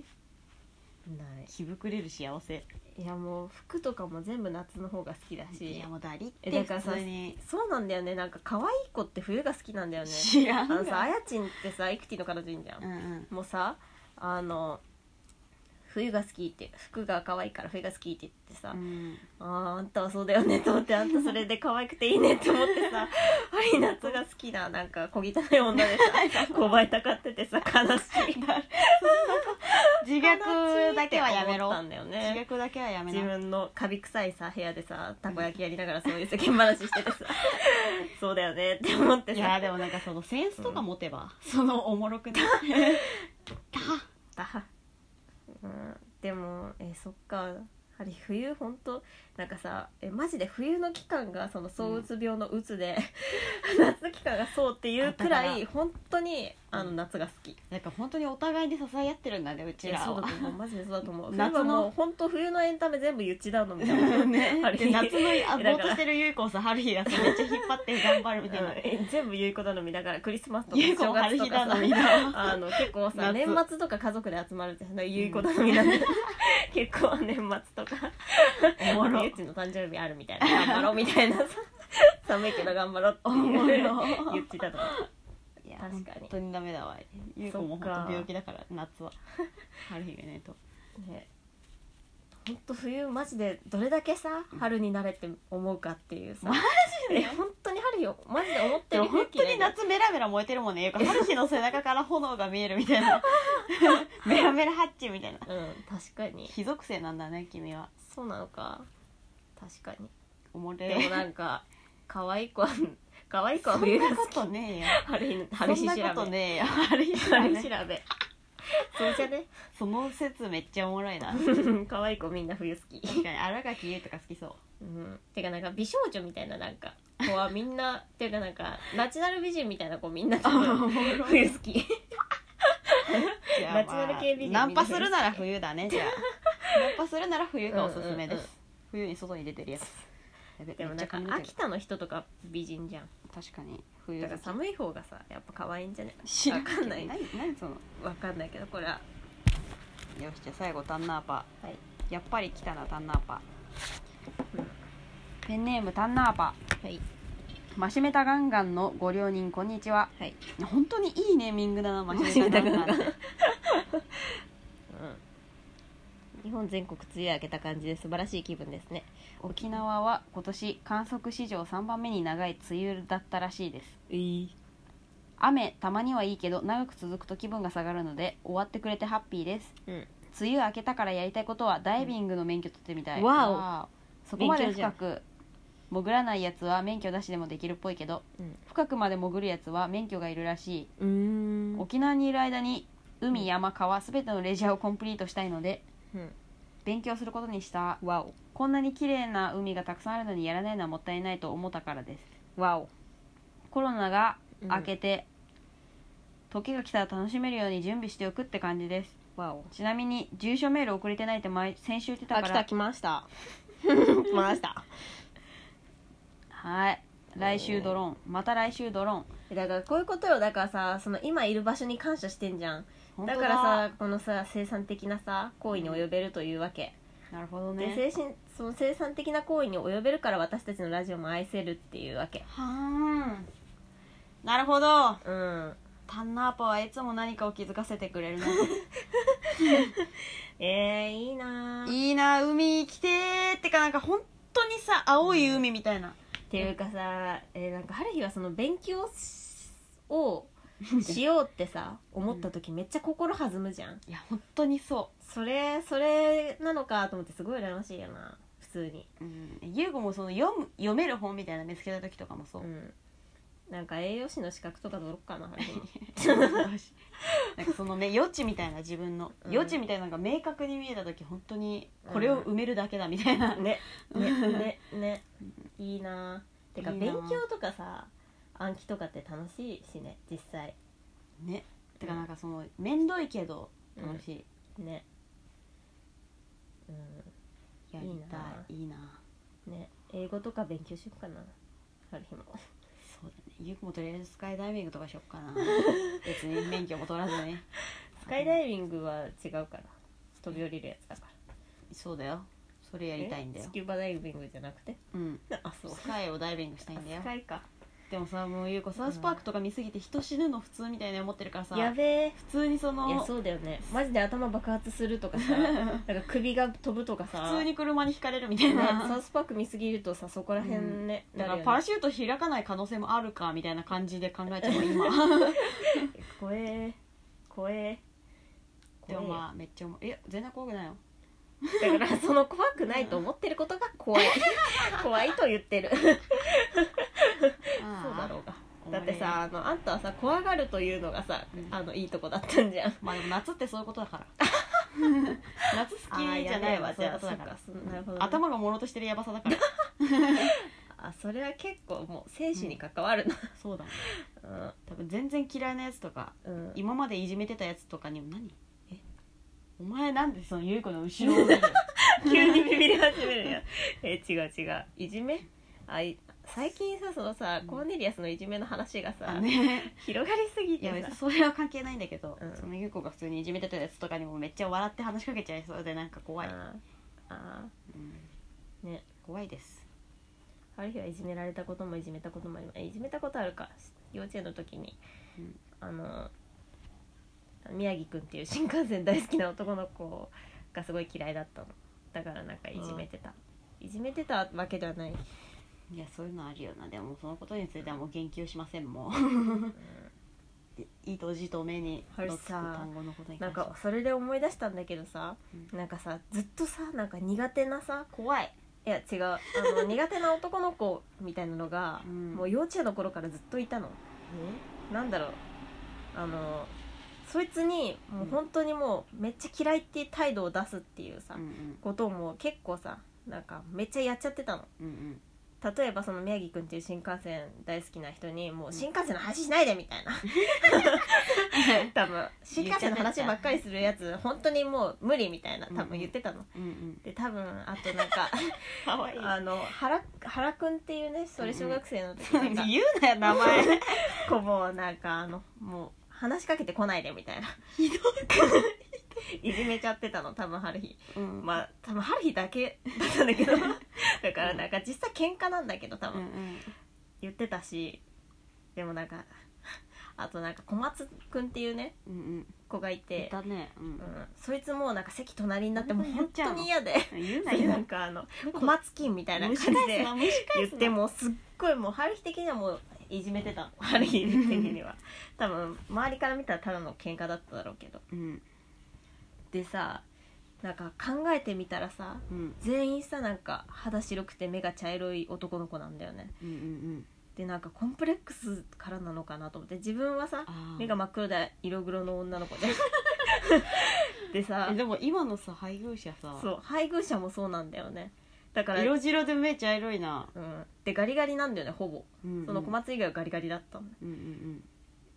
S3: ない
S2: ひぶくれる幸せ
S3: いやもう服とかも全部夏の方が好きだ
S2: い
S3: し
S2: やもうだりっ
S3: え
S2: て
S3: だから
S2: 普
S3: さ
S2: 通に
S3: そうなんだよねなんか可愛い子って冬が好きなんだよね
S2: 知ら
S3: あ
S2: んが
S3: のさあやちんってさイクティの彼女いんじゃん
S2: うんうん
S3: もうさあの冬が好きって服が可愛いから冬が好きって言ってさ、
S2: うん
S3: あーあんたはそうだよねと思ってあんたそれで可愛くていいねって思って さあり夏が好きななんか小汚い女でさ 小バエたかっててさ悲しいから
S2: 自虐だけはやめろ
S3: 悲しいって思ったんだよね
S2: 自虐だけはやめ
S3: 自
S2: な
S3: 分のカビ臭いさ部屋でさたこ焼きやりながらそういう世間話してて さそうだよねって思って
S2: いや
S3: さ
S2: でもなんかそのセンスとか持てば、そのおもろくない
S3: だうん、でもえそっかあれ冬ほんとなんかさえマジで冬の期間がその躁うつ病のうつで、夏の期間がそうっていうくら
S2: あだ
S3: い本当にあの
S2: うん
S3: 夏が好き、
S2: なんか本当にお互いに支え合ってるんだねう
S3: い
S2: ち
S3: や
S2: ら
S3: そう
S2: は
S3: だと思うマジでそうだと思う
S2: 夏の
S3: 夏の本当冬のエンタメ全部言っちだうのみたい な
S2: ね
S3: あれ
S2: で夏のあ
S3: だ
S2: ぼ
S3: から
S2: ーっとしてる優子さ春日がさめっちゃ引っ張って頑張るみたいな
S3: うん全部ゆい子頼みだからクリスマスとか
S2: 優子も春
S3: 正月と
S2: 日
S3: か
S2: だ
S3: さ
S2: のみんな
S3: あの結構さ
S2: 夏
S3: 年末とか家族で集まるじゃんゆい子頼みなんで、 結構年末とか
S2: おもろ
S3: ゆうちの誕生日あるみたいな頑張ろうみた いなさ寒いけど頑張ろうって
S2: おもろ
S3: 言ってたと思
S2: いや
S3: 確かに
S2: 本当にダメだわ優子も本当病気だから夏は春日がいないと
S3: うねほんと冬マジでどれだけさ春になれって思うかっていうさ
S2: マ
S3: ジで本当に春よマジで思っ
S2: で
S3: てる
S2: も本当に
S3: な
S2: 夏メラメラ燃えてるもん ね優子春日の背中から炎が見えるみたいなメラメラハッチみたいな
S3: うん確かに
S2: 火属性なんだね君は
S3: そうなのか確かに
S2: おもれ
S3: でもなんか可愛い子は可愛い子は冬が
S2: そんな
S3: 好
S2: こ
S3: き
S2: とねえよ
S3: 春
S2: そ
S3: 春
S2: ん
S3: 日調べ
S2: なことねえよ春日調
S3: 春
S2: べ
S3: 日調 べそうじゃね
S2: その説めっちゃおもろ いな
S3: 可愛い子みんな冬好き
S2: 確かに新垣結衣とか好き そう
S3: うん、てかなんか美少女みたいななんか子はみんなていうかなん かナチュラル美人みたいな子みんな多分冬 好き
S2: いや
S3: ナチュラル系美人
S2: ナンパするなら冬だ ねじゃあナンパするなら冬がおすすめです、
S3: うんうんうん
S2: 冬に外に出てるやつやべ
S3: でも
S2: めっち
S3: なん
S2: ゃ
S3: か
S2: 髪の毛
S3: 秋田の人とか美人じゃん
S2: 確かに冬
S3: だ
S2: だ
S3: から寒い方がさやっぱ可愛いんじゃね
S2: 知ら
S3: わかんない
S2: 何何そのよ
S3: わかんないけどこれは
S2: しじゃあ最後タンナーパ
S3: はい
S2: やっぱり来たなタンナーパ
S3: うん
S2: ペンネームタンナーパ
S3: はい
S2: マシメタガンガンのご両人こんにちは
S3: はい
S2: 本当にいいネーミングだなマシメタガンガンって
S3: マシメタガンガンうん日本全国梅雨明けた感じで素晴らしい気分ですね
S2: 沖縄は今年観測史上3番目に長い梅雨だったらしいです雨たまにはいいけど長く続くと気分が下がるので終わってくれてハッピーです
S3: うん
S2: 梅雨明けたからやりたいことはダイビングの免許取ってみたい、
S3: うんわお
S2: おそこまで
S3: 勉強じゃ
S2: 深
S3: ん
S2: く潜らないやつは免許なしでもできるっぽいけど深くまで潜るやつは免許がいるらしい、
S3: うんう
S2: 沖縄にいる間に海山川すべてのレジャーをコンプリートしたいので
S3: うん
S2: 勉強することにした
S3: わお
S2: こんなに綺麗な海がたくさんあるのにやらないのはもったいないと思ったからです
S3: わお
S2: コロナが明けて、時が来たら楽しめるように準備しておくって感じです
S3: わお
S2: ちなみに住所メール送れてないって前先週言ってた
S3: あ
S2: か
S3: 来
S2: ら
S3: た来ました 来ました
S2: はい来週ドローンまた来週ドローン
S3: だからこういうことよだからさその今いる場所に感謝してんじゃん
S2: 本当
S3: だからさこのさ生産的なさ行為に及べるというわけ、
S2: なるほど
S3: で
S2: ね
S3: 精神その生産的な行為に及べるから私たちのラジオも愛せるっていうわけ
S2: はーんなるほど
S3: うん
S2: タンナーパはいつも何かを気づかせてくれるね
S3: えー、いいなーっ
S2: いいな海来てーってかなんか本当にさ青い海みたいな、
S3: ていうかさ、えーなんか春日はその勉強をしをしよ うってさ思った時めっちゃ心弾むじゃん
S2: いや本当にそ
S3: それそれなのかと思ってすごい羨ましいよな普通に
S2: う、うん、優子もその読む読める本みたいなの見つけた時とかもそう
S3: う、んなんか栄養士の資格とか取ろっかな春日
S2: なんかそのね余地みたいな自分の
S3: うん
S2: 余地みたいなのが明確に見えた時本当にこれを埋めるだけだみたいな、
S3: ねねねねいいなーてか
S2: いい
S3: 勉
S2: なー
S3: 強とかさ暗記とかって楽しいしね実際
S2: ねてかなんかその面倒いけど楽しい、
S3: ねうん
S2: やりたいいいない
S3: ね英語とか勉強しようかな春 日も
S2: そうだねゆうくもとりあえずスカイダイビングとかしよっ かな別に免許も取らずね
S3: スカイダイビングは違うから飛び降りるやつだから
S2: そうだよそれやりたいんだ
S3: え
S2: よ
S3: スキューバダイビングじゃなくて
S2: うん
S3: あそう
S2: スカイをダイビングしたいんだよ
S3: スカイか
S2: でもさもうゆうこさスパークとか見すぎて人死ぬの普通みたいに思ってるからさ
S3: やべえ
S2: 普通にその
S3: いやそうだよねマジで頭爆発すると かさなんか首が飛ぶとかさ
S2: 普通に車にひかれるみたい
S3: ね
S2: な、
S3: サウスパーク見すぎるとさそこら辺ね、
S2: だから
S3: なるよね
S2: パラシュート開かない可能性もあるかみたいな感じで考えても今
S3: 怖え怖え
S2: で
S3: 怖
S2: も
S3: え
S2: まあめっちゃ思ういや全然怖くないよ
S3: よだからその怖くないと思ってることが 怖い怖いと言ってるそうだろうが
S2: あ
S3: だってさあのあんたはさ怖がるというのがさ、
S2: うん
S3: あのいいとこだったんじゃん
S2: まあでも夏ってそういうことだから 夏好きじゃないわ
S3: あ
S2: っ
S3: ー
S2: て
S3: や
S2: こ
S3: べえ
S2: とだから
S3: そうかそうなるほどね
S2: 頭がもろとしてるヤバさだから
S3: あそれは結構もう生死に関わるな
S2: そうだね多分全然嫌いなやつとか
S3: うん、うん
S2: 今までいじめてたやつとかにも何えお前なんでそのゆい子の後ろを見る
S3: 急にビビり始めるやん え違う違ういじめあい最近さそのさ、コーネリアスのいじめの話がさ、
S2: あ ね
S3: 広がりすぎ
S2: いや
S3: て
S2: 別に
S3: さ
S2: それは関係ないんだけど、
S3: うん
S2: その優子が普通にいじめてたやつとかにもめっちゃ笑って話しかけちゃいそうでなんか怖い、
S3: あーあ
S2: うん
S3: ね
S2: 怖いです
S3: ーある日はいじめられたこともいじめたこともありますいじめたことあるか幼稚園の時に、
S2: うん
S3: あの宮城くんっていう新幹線大好きな男の子がすごい嫌いだったのだからなんかいじめてた、いじめてたわけではない
S2: いやそういうのあるよなでもそのことについてはもう言及しませんも ういいとじと目に
S3: あれ
S2: の
S3: さ
S2: つく単語のことに関
S3: なん
S2: しては
S3: かそれで思い出したんだけどさ、
S2: う
S3: なんかさずっとさなんか苦手なさ
S2: 怖い
S3: いや違うあの苦手な男の子みたいなのが、
S2: うん
S3: もう幼稚園の頃からずっといたのなんだろうあのそいつにもう本当にもうめっちゃ嫌いっていう態度を出すっていうさ、
S2: うんうん
S3: ことをもう結構さなんかめっちゃやっちゃってたの
S2: うん
S3: 例えばその宮城くんっていう新幹線大好きな人にもう新幹線の話しないでみたいな 多分新幹線の話ばっかりするやつ本当にもう無理みたいな多分言ってたの、
S2: うんうんうん
S3: で多分あとなん か
S2: かわいい
S3: あの原原くんっていうねそれ小学生の時
S2: 言う
S3: なん か
S2: なよ名前
S3: こうもうなんかあのもう話しかけてこないでみたいな
S2: ひどい、
S3: いじめちゃってたの多分春日
S2: うん
S3: まあ多分春日だけだったんだけどだからなんか実際喧嘩なんだけど多
S2: うんう
S3: 分
S2: ん
S3: 言ってたしでもなんかあとなんか小松くんっていうね
S2: うんうん
S3: 子がい
S2: い
S3: て、
S2: たねう
S3: うんん、そいつもうなんか席隣になってもう
S2: やっ
S3: 本
S2: ちゃう
S3: 当
S2: の
S3: に嫌で
S2: 言うな言う
S3: な
S2: なん
S3: かあの小松金みたいな感じ
S2: 蒸し返
S3: です
S2: な蒸し返
S3: 言
S2: す
S3: っ
S2: な
S3: てもうすっごいもう春日的にはもういじめてたの春日的には 多分周りから見たらただの喧嘩だっただろうけど
S2: うん
S3: でさなんか考えてみたらさ
S2: うん
S3: 全員さなんか肌白くて目が茶色い男の子なんだよね
S2: うんうんうん
S3: でなんかコンプレックスからなのかなと思って自分はさ
S2: あー
S3: 目が真っ黒で色黒の女の子 ででさ
S2: えでも今のさ配偶者さ
S3: そう配偶者もそうなんだよねだから
S2: 色白で目茶色いな
S3: うん、でガリガリなんだよねほぼ
S2: そ
S3: その小松以外はガリガリだったのね
S2: うんうんうん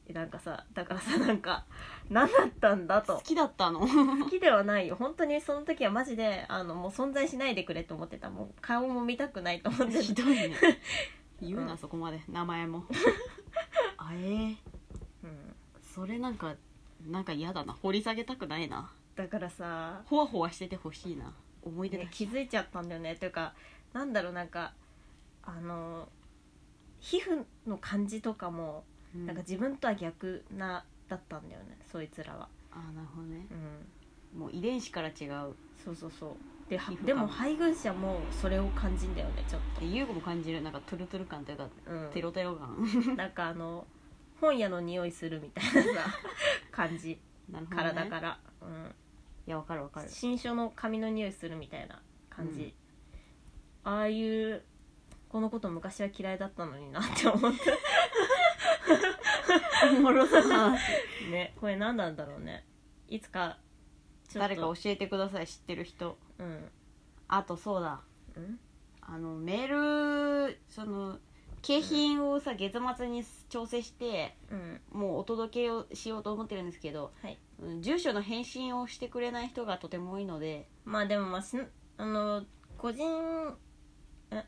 S3: えなんかさだからさなんか何だったんだ
S2: 好
S3: と
S2: きだったの
S3: 好きではないよ本当にその時はマジであのもう存在しないでくれと思ってたもう顔も見たくないと思って
S2: ひ
S3: た
S2: どいね言う
S3: う
S2: なんそこまで名前 もあえー、
S3: うん、
S2: それなんかなんか嫌だな掘り下げたくないな
S3: だからさ、
S2: ほわほわしててほしいな思い出だ
S3: ね、気づいちゃったんだよねというかなんだろうなんかあの皮膚の感じとかも
S2: うん
S3: なんか自分とは逆なだったんだよねそいつらは、
S2: あーなるほどね
S3: うん、
S2: もう遺伝子から違う
S3: そうそうそうでは
S2: 皮膚感
S3: でも配偶者もそれを感じんだよねちょっ
S2: で優子も感じるなんかトゥルトゥル感というか
S3: と、うん、
S2: テロテロ 感
S3: なんかあの本屋の匂いするみたいなさ感 じ
S2: なるほど、ね、
S3: 体
S2: い
S3: から、
S2: やわかるわか
S3: うん
S2: る、
S3: 新書の紙の匂いするみたいな感じ、ああいうこのこと昔は嫌いだったのになって思った おもろさねこれ何なんだろうねいつかちょっと
S2: 誰か教えてください知ってる人
S3: うん
S2: あとそうだ
S3: うん
S2: あのメールその景品をさ月末に調整して
S3: うん
S2: もうお届けをしようと思ってるんですけど、
S3: はい
S2: うん住所の返信をしてくれない人がとても多いので
S3: まあでもまあしあの個人え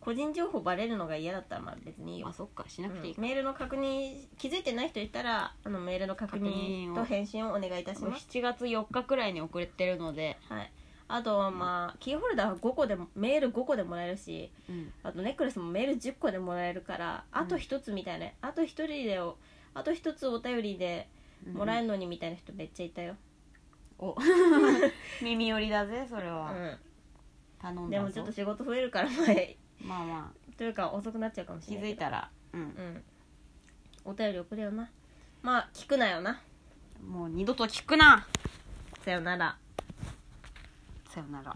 S3: 個人情報バレるのが嫌だったらまあ別にいいよ
S2: あそっかしなくていいか、
S3: メールの確認気づいてない人いたらあのメールの確
S2: 確認
S3: 認
S2: を
S3: と返信をお願いいたします、
S2: 7月4日くらいに送ってるので、
S3: はい、あとはまあキーホルダー5個でもメール5個でもらえるし
S2: うん
S3: あとネックレスもメール10個でもらえるからあと1つみたいな、あと1人でおあと1つお便りでもらえ
S2: る
S3: るのにみたいな人めっちゃいたよ、
S2: お 耳寄りだぜそれ
S3: う
S2: は、
S3: ん
S2: 頼ん
S3: で
S2: だぞ
S3: もちょっと仕事増えるから前
S2: まあま
S3: というか遅くなっちゃうかも
S2: あ
S3: し
S2: 気
S3: れな
S2: づ
S3: い
S2: い
S3: けど
S2: たら、うん、
S3: うんお便り送れよなまあ聞くなよな
S2: もう二度と聞くな
S3: さよなら
S2: さよなら